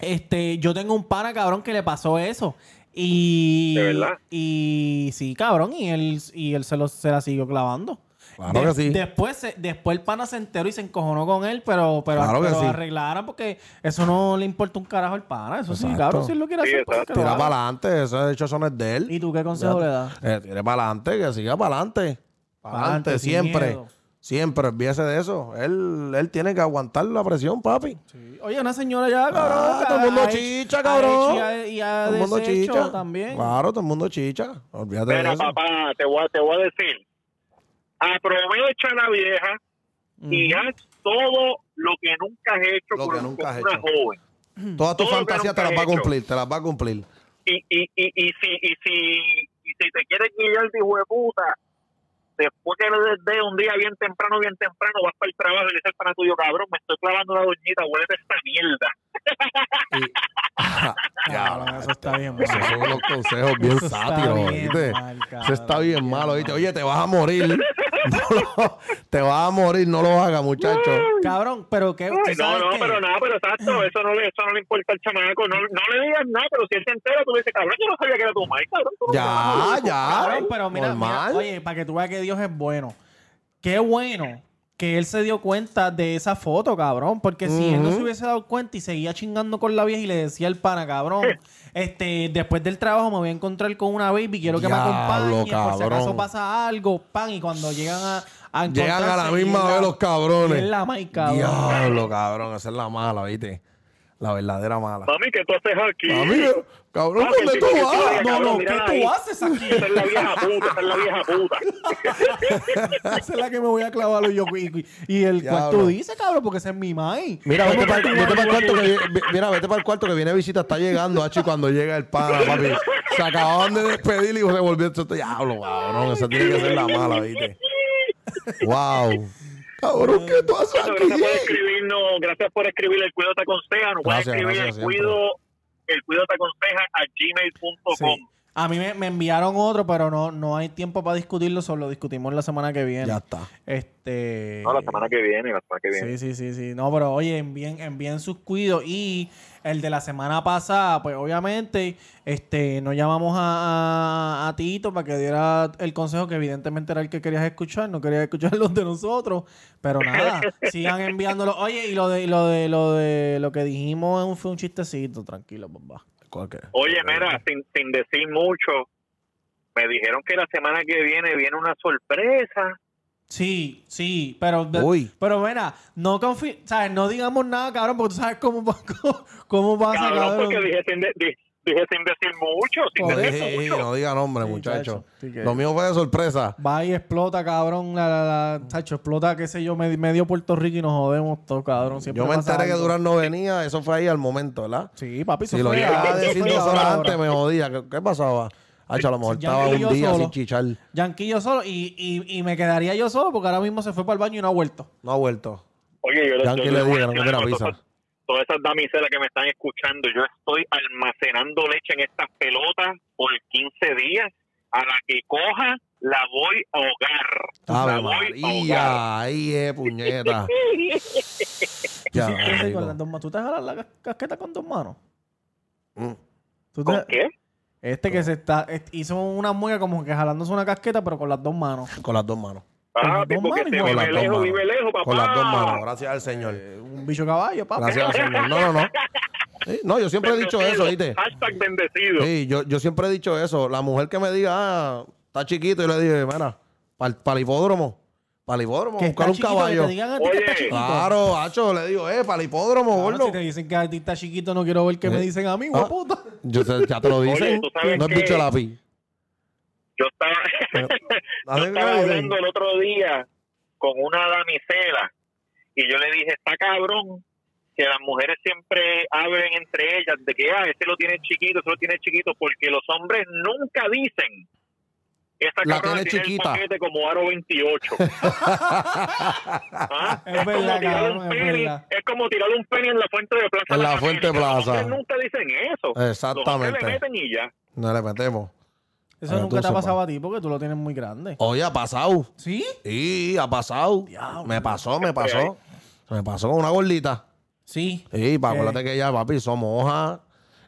S2: este, yo tengo un pana, cabrón, que le pasó eso. Y.
S6: ¿De verdad?
S2: Y sí, cabrón, y él, y él se, lo, se la siguió clavando.
S3: Claro que sí.
S2: Después, se- después el pana se enteró y se encojonó con él, pero, pero,
S3: Claro que
S2: pero
S3: sí.
S2: arreglaron porque eso no le importa un carajo al pana. Eso sí,
S3: Exacto.
S2: cabrón, si él lo quiere
S6: Sí,
S2: hacer. pues,
S6: exacto.
S2: que lo
S3: Tira
S2: haga.
S3: para adelante. Eso, de hecho, eso no es de él.
S2: ¿Y tú qué consejo le das?
S3: Eh, tire para adelante, que siga para adelante. Para
S2: Pa'lante,
S3: adelante,
S2: sin
S3: siempre.
S2: miedo.
S3: Siempre, olvídese de eso. Él, él tiene que aguantar la presión, papi.
S2: Oye, una señora ya, cabrón.
S3: Ah, todo el
S2: ha
S3: mundo
S2: hecho-
S3: chicha,
S2: ha
S3: cabrón.
S2: hecho Y ha, y ha
S3: todo el mundo
S2: deshecho
S3: chicha.
S2: también.
S3: Claro, todo el mundo chicha. Olvídate de
S6: Mira,
S3: eso.
S6: papá, te voy, a, te voy a decir. Aprovecha la vieja y haz todo lo que nunca has hecho
S3: Lo
S6: con,
S3: que nunca
S6: con
S3: has
S6: una
S3: hecho.
S6: joven.
S3: Todas tus
S6: todo lo que
S3: fantasías te
S6: nunca
S3: las va a
S6: he hecho.
S3: cumplir, te las va a cumplir.
S6: Y, y, y, y, si, y, si, y si te quieres guiar de hijo de puta, después que le des de un día bien temprano, bien temprano, vas para el trabajo y le dices para tuyo, cabrón, me estoy clavando una doñita, huélete esta mierda.
S2: Cabrón, eso está bien,
S3: Esos
S2: mal.
S3: son los consejos bien
S2: Eso está
S3: sátiros,
S2: bien
S3: ¿oíste?
S2: mal,
S3: Eso
S2: cabrón,
S3: está bien
S2: bien
S3: malo, ¿oíste?
S2: mal.
S3: Oye, te vas a morir. No lo- te vas a morir, no lo hagas, muchacho.
S2: Cabrón, pero qué. ¿tú
S6: Ay, no,
S2: sabes
S6: no,
S2: qué?
S6: pero nada, pero exacto, eso no le, eso no le importa al chamaco, no, no le digas nada, pero si él se entera, tú le dices, cabrón, yo no sabía que era tu madre, cabrón. tú no sabes,
S3: Ya,
S6: loco".
S3: ya.
S2: Cabrón, pero mira,
S3: normal.
S2: mira, oye, para que tú veas que Dios es bueno. Qué bueno que él se dio cuenta de esa foto, cabrón. Porque si él no se hubiese dado cuenta y seguía chingando con la vieja y le decía al pana, cabrón, este, después del trabajo me voy a encontrar con una baby, quiero que
S3: Diablo,
S2: me acompañe, por si
S3: cabrón.
S2: acaso pasa algo, pan, y cuando llegan a, a
S3: Llegan a la
S2: encontrarse,
S3: misma
S2: y es
S3: vez los cabrones.
S2: y Es la mai, cabrón.
S3: Diablo, cabrón, esa es la mala, ¿viste? La verdadera mala.
S6: Mami, ¿qué tú haces aquí?
S3: A mí, cabrón,
S6: Ah,
S3: ¿dónde
S6: que
S3: tú
S6: sí, que sí,
S3: vas?
S2: No,
S6: oiga,
S2: no,
S6: cabrón,
S2: ¿qué
S6: mira
S2: tú
S6: ahí.
S2: haces aquí?
S6: Esa es la vieja puta, esa es la vieja puta.
S2: Esa es la que me voy a clavar yo. Y, y el cual
S3: Diablo.
S2: tú dices, cabrón, porque ese es mi mai.
S3: Mira, vete para, el cuarto que viene, mira, vete para el cuarto que viene visita, está llegando, hacho, y cuando llega el pana, papi, se acababan de despedir y se volvió esto, diablo, cabrón, esa tiene que ser la mala, ¿viste? Wow. Cabrón, ¿qué tú haces
S6: Bueno, gracias por
S3: aquí?
S6: escribirnos, gracias por escribir el cuido te aconseja, nos puedes
S3: Gracias,
S6: escribir
S3: gracias,
S6: el
S3: siempre.
S6: cuido, el cuido te aconseja a gmail.com.
S2: Sí. A mí me, me enviaron otro, pero no, no hay tiempo para discutirlo, solo lo discutimos la semana que viene.
S3: Ya está.
S2: Este.
S6: No, la semana que viene, la semana que viene.
S2: Sí, sí, sí, sí. No, pero oye, envíen, envíen sus cuidos. Y el de la semana pasada, pues obviamente, este, no llamamos a, a- a Tito para que diera el consejo que evidentemente era el que querías escuchar, no querías escuchar los de nosotros. Pero nada, sigan enviándolo. Oye, y lo de, y lo de, lo de lo que dijimos es un- fue un chistecito, tranquilo, papá.
S3: Cualquier.
S6: Oye, mira, sin, sin decir mucho, me dijeron que la semana que viene viene una sorpresa.
S2: Sí, sí, pero,
S3: Uy.
S2: pero mira, no confi ¿sabes? no digamos nada, cabrón, porque tú sabes cómo, va- cómo, cómo
S3: Ah,
S2: pasa,
S6: Cabrón,
S2: cabrón.
S6: porque dije sin, de- di- dije sin decir mucho, sin
S2: Joder.
S6: decir
S3: Ey, ey,
S6: mucho.
S3: no diga nombre,
S2: Sí,
S3: muchacho.
S2: chacho, sí que-
S3: Lo mío fue de sorpresa.
S2: Va y explota, cabrón, la, la, la, chacho, explota, qué sé yo, med- medio Puerto Rico y nos jodemos todos, cabrón. Siempre
S3: Yo me
S2: pasa
S3: enteré que
S2: algo.
S3: Durán no venía, eso fue ahí al momento, ¿verdad?
S2: Sí, papi, eso
S3: Si lo
S2: fue
S3: llegaba a
S2: eso
S3: decir
S2: fue
S3: dos horas
S2: ahora.
S3: antes, me jodía. ¿Qué, qué pasaba? Hacho, a lo mejor
S2: Ya
S3: estaba
S2: me
S3: un
S2: yo
S3: día
S2: solo.
S3: sin chichar.
S2: Yankee yo solo y, y, y me quedaría yo solo porque ahora mismo se fue para el baño y no ha vuelto.
S3: No ha vuelto.
S6: Oye, yo
S3: Yankee
S6: yo-
S3: le
S6: yo-
S3: diga,
S6: yo-
S3: no me la
S6: yo-
S3: avisa.
S6: todas- Todas esas damiselas que me están escuchando, yo estoy almacenando leche en estas pelotas por 15 días. A la que coja, la voy a ahogar. la
S3: Ave
S6: voy
S3: María, ahí es, puñeta. ya,
S2: Sí, sí, sí, con las
S3: marico.
S2: dos manos. ¿Tú te jalas la ca- casqueta con dos manos?
S3: Mm.
S2: ¿Tú te-
S6: ¿Con qué?
S2: Este que se está eh, hizo una mueca como que jalándose una casqueta pero con las dos manos.
S3: Con las dos manos.
S6: Ah,
S2: las dos
S6: porque se
S2: manos,
S3: Con las
S6: vive
S3: dos
S6: lejos,
S3: manos.
S6: vive lejos, papá.
S3: Con las dos manos. Gracias al Señor.
S2: Un bicho caballo, papá.
S3: Gracias al Señor. No, no, no. Sí, no, yo siempre he dicho eso, ¿viste?
S6: Hashtag bendecido.
S3: Sí, yo, yo siempre he dicho eso. La mujer que me diga, ah, está chiquito, yo le dije, mira, para el hipódromo. Para el hipódromo,
S2: Que
S3: buscar
S2: está
S3: un
S2: chiquito,
S3: caballo.
S2: Que te digan a ti que está
S6: Oye.
S2: chiquito.
S3: Claro, hacho, le digo, eh, para el hipódromo,
S2: Claro,
S3: gordo.
S2: si te dicen que a ti está chiquito, no quiero ver que me
S3: ¿Eh?
S2: dicen a mí,
S3: Ah,
S2: guaputa.
S3: Yo te- ya te lo
S6: Oye,
S3: dicen.
S6: ¿tú sabes
S3: no es
S6: qué?
S3: bicho de lápiz.
S6: Yo estaba,
S3: Así
S6: yo
S3: que
S6: estaba
S3: dicen.
S6: hablando el otro día con una damisela y yo le dije, está cabrón que las mujeres siempre hablen entre ellas de que ah, este lo tiene chiquito, este lo tiene chiquito, porque los hombres nunca dicen esta
S3: La
S6: cabrona
S3: tiene
S6: tiene
S3: chiquita.
S6: el paquete como aro 28. ¿Ah?
S2: Es verdad,
S6: como tirar
S2: cabrón,
S6: un
S2: es
S6: penny,
S2: verdad.
S6: es como tirar un penny en la fuente de plaza.
S3: En
S6: de
S3: la
S6: América.
S3: Fuente de
S6: Los
S3: Plaza.
S6: hombres nunca dicen eso. Los hombres
S3: Exactamente.
S6: le meten y ya.
S3: No le metemos.
S2: Eso
S3: Ahora
S2: nunca
S3: tú
S2: te ha
S3: sepas.
S2: pasado a ti porque tú lo tienes muy grande.
S3: Oye, ha pasado.
S2: ¿Sí?
S3: Sí, ha pasado.
S2: Diablo.
S3: Me pasó, me
S6: hay.
S3: pasó. Me pasó con una gordita.
S2: Sí.
S3: Sí, pa,
S2: Sí.
S3: acuérdate que ella, papi, eso moja.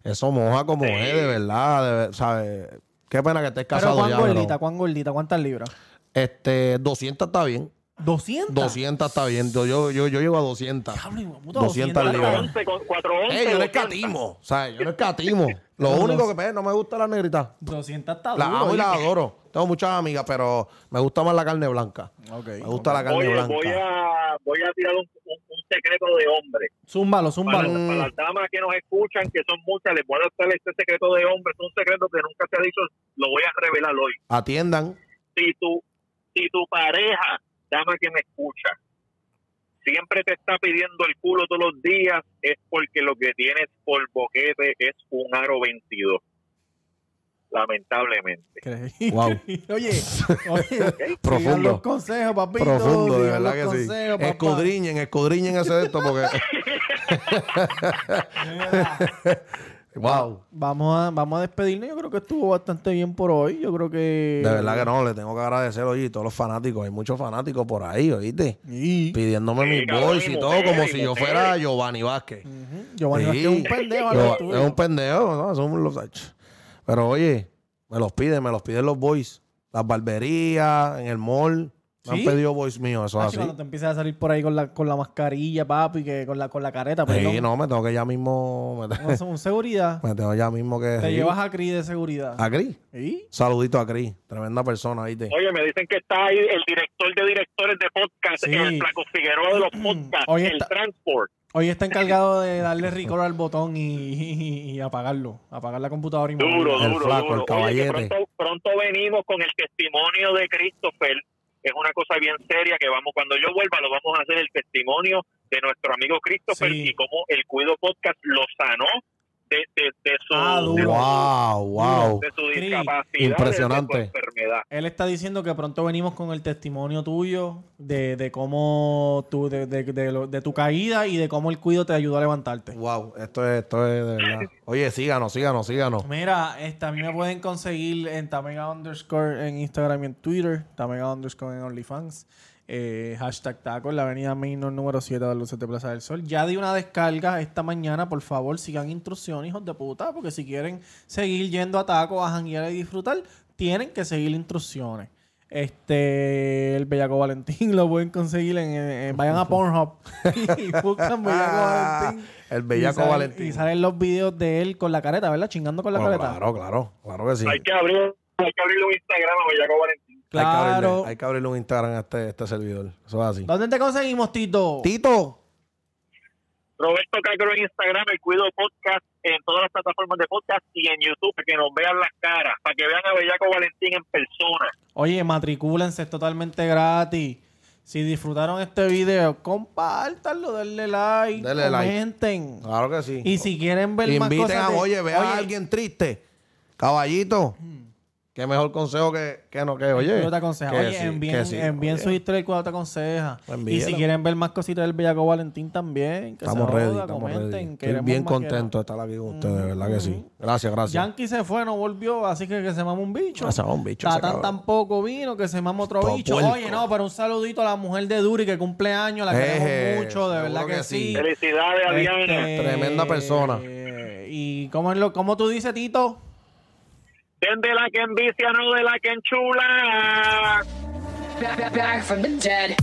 S3: Eso moja como es, de verdad. de- ¿Sabes? Qué pena que estés
S2: Pero
S3: casado
S2: ¿cuán
S3: ya,
S2: gordita?
S3: pero-
S2: ¿Cuán gordita? ¿Cuántas libras?
S3: Este, 200 está bien.
S2: ¿200?
S3: 200 está bien. Yo, yo, yo, yo llego a 200.
S2: Diablo, hijo de puta,
S3: 200
S2: 200
S3: libras.
S2: libras.
S6: 11, 4, 11,
S3: Eh, yo no escatimo. O sea, yo no escatimo. Lo
S2: Son
S3: único
S2: dos.
S3: que pues, no me gusta la negrita.
S2: 200 está
S3: La
S2: duro,
S3: amo y la
S2: ¿oíste?
S3: adoro. Tengo muchas amigas, pero me gusta más la carne blanca.
S2: Ok.
S3: Me gusta la carne
S6: Oye,
S3: blanca.
S6: voy a, voy a tirar un, un- un secreto de hombre.
S2: Zúmbalo,
S6: Para,
S2: zúmbalo.
S6: para las damas que nos escuchan, que son muchas, les voy a dar este secreto de hombre. Es un secreto que nunca se ha dicho, lo voy a revelar hoy.
S3: Atiendan.
S6: Si tu, si tu pareja, dama que me escucha, siempre te está pidiendo el culo todos los días, es porque lo que tienes por boquete es un aro 22. Lamentablemente.
S2: Increíble.
S3: Wow.
S2: Oye, oye,
S3: Profundo.
S2: sigan los consejos, papito.
S3: Profundo, de
S2: sigan
S3: verdad
S2: los
S3: que sí.
S2: consejos, papá.
S3: Escudriñen, escudriñen ese de esto porque. wow.
S2: Vamos a, vamos a despedirnos. Yo creo que estuvo bastante bien por hoy. Yo creo que.
S3: De verdad que no, le tengo que agradecer, oye, todos los fanáticos. Hay muchos fanáticos por ahí, oíste.
S2: Y.
S3: Pidiéndome
S6: Sí,
S3: mis
S6: cabrón,
S3: boys
S6: y
S3: y todo,
S6: mujeres,
S3: como
S6: y
S3: si yo
S6: mujeres.
S3: fuera Giovanni Vázquez.
S2: Ujú. Giovanni Vázquez
S3: Sí.
S2: es un pendejo. al lado
S3: Yo-
S2: tuyo.
S3: es un pendejo, ¿no? Son los ach. Pero oye, me los piden, me los piden los boys. Las barberías, en el mall. Me
S2: ¿Sí?
S3: han pedido boys míos, eso
S2: Ah,
S3: es
S2: sí,
S3: así.
S2: Cuando te empiezas a salir por ahí con la, con la mascarilla, papi, que con la, con la careta,
S3: Sí,
S2: perdón.
S3: no, Pues, me tengo que ya mismo. Me,
S2: Con- con seguridad.
S3: me tengo ya mismo que.
S2: Te
S3: sí.
S2: llevas a Cris de seguridad.
S3: A Cris.
S2: ¿Y?
S3: Saludito a Cris. Tremenda persona, ¿viste?
S6: Oye, me dicen que está ahí el director de directores de podcast,
S2: Sí.
S6: el Flaco Figueroa de los
S3: Mm.
S6: podcasts,
S2: Hoy
S6: el
S2: está-
S6: Transport.
S2: Hoy está encargado de darle record al botón y, y- y apagarlo. Apagar la computadora y moverla.
S6: Duro,
S3: El
S6: duro,
S3: flaco,
S6: duro.
S3: el
S6: Oye,
S3: caballete.
S6: que pronto, pronto venimos con el testimonio de Christopher. Es una cosa bien seria que vamos, cuando yo vuelva, lo vamos a hacer el testimonio de nuestro amigo Christopher
S2: Sí.
S6: y cómo el Cuido Podcast lo sanó de, de, de su,
S2: Ah,
S6: de,
S2: duro.
S3: Wow, wow.
S6: de su
S2: Cris,
S6: discapacidad,
S3: impresionante.
S6: de su enfermedad.
S2: Él está diciendo que pronto venimos con el testimonio tuyo de, de cómo tú, de, de- de lo- de tu caída y de cómo el cuido te ayudó a levantarte.
S3: Wow, esto es, esto es de verdad. Oye, síganos, síganos, síganos.
S2: Mira, este, a mí me pueden conseguir en Tamega underscore en Instagram y en Twitter, Tamega underscore en OnlyFans, eh, hashtag taco en la avenida Mainor número 7 de Luces de Plaza del Sol. Ya di una descarga esta mañana, por favor, sigan instrucciones, hijos de puta, porque si quieren seguir yendo a taco, a janguear y disfrutar, tienen que seguir instrucciones. Este, el Bellaco Valentín lo pueden conseguir en, en- vayan a Pornhub y buscan Bellaco Valentín.
S3: Ah, El Bellaco
S2: Y salen-
S3: Valentín.
S2: Y salen los videos de él con la careta, ¿verdad? Chingando con la
S3: Bueno,
S2: careta.
S3: claro, claro, claro que sí.
S6: Hay que abrir, hay que abrir un Instagram a Bellaco
S3: Hay
S6: Valentín.
S3: que abrirle-
S2: Claro.
S3: hay que abrirle un Instagram a este, a este servidor. Eso es así.
S2: ¿Dónde te conseguimos, Tito?
S3: Tito.
S6: Roberto Cacro en Instagram, el Cuido Podcast, en todas las plataformas de podcast y en YouTube, para que nos vean las caras, para que vean a Bellaco Valentín en persona.
S2: Oye, matricúlense, es totalmente gratis. Si disfrutaron este video, compártanlo, denle like,
S3: Denle like.
S2: comenten.
S3: Claro que sí.
S2: Y si quieren ver más
S3: Inviten
S2: cosas
S3: a,
S2: de-
S3: oye, ve a alguien triste. Caballito, Qué mejor consejo que, que no, que oye.
S2: Yo te aconsejo.
S3: que
S2: Oye,
S3: sí, que
S2: envíen,
S3: sí,
S2: envíen
S3: oye.
S2: su historia cuando te aconseja. Y
S3: Envíela.
S2: si quieren ver más cositas del Bellaco Valentín también, que
S3: Estamos
S2: se joda,
S3: ready, estamos
S2: comenten.
S3: ready. Estoy
S2: queremos
S3: bien
S2: más que
S3: contento de estar aquí con ustedes, de verdad que sí. Gracias,
S2: nada.
S3: gracias.
S2: Yankee se fue, no volvió, así que que se mama un bicho.
S3: Ah, se mama un bicho, ese
S2: Tatán
S3: cabrón.
S2: tampoco vino, que se mama otro
S3: Todo
S2: bicho.
S3: puerco.
S2: Oye, no, pero un saludito a la mujer de Duri que cumple años, la
S3: Eje,
S2: queremos mucho, de
S3: seguro
S2: verdad que,
S3: que sí.
S2: sí.
S6: Felicidades a Diana.
S2: Este,
S3: Tremenda persona.
S2: ¿Y cómo, es lo, cómo tú dices, Tito?
S6: ¿Quién de la que envicia, no de la que enchula?
S7: Back, back, back from the dead.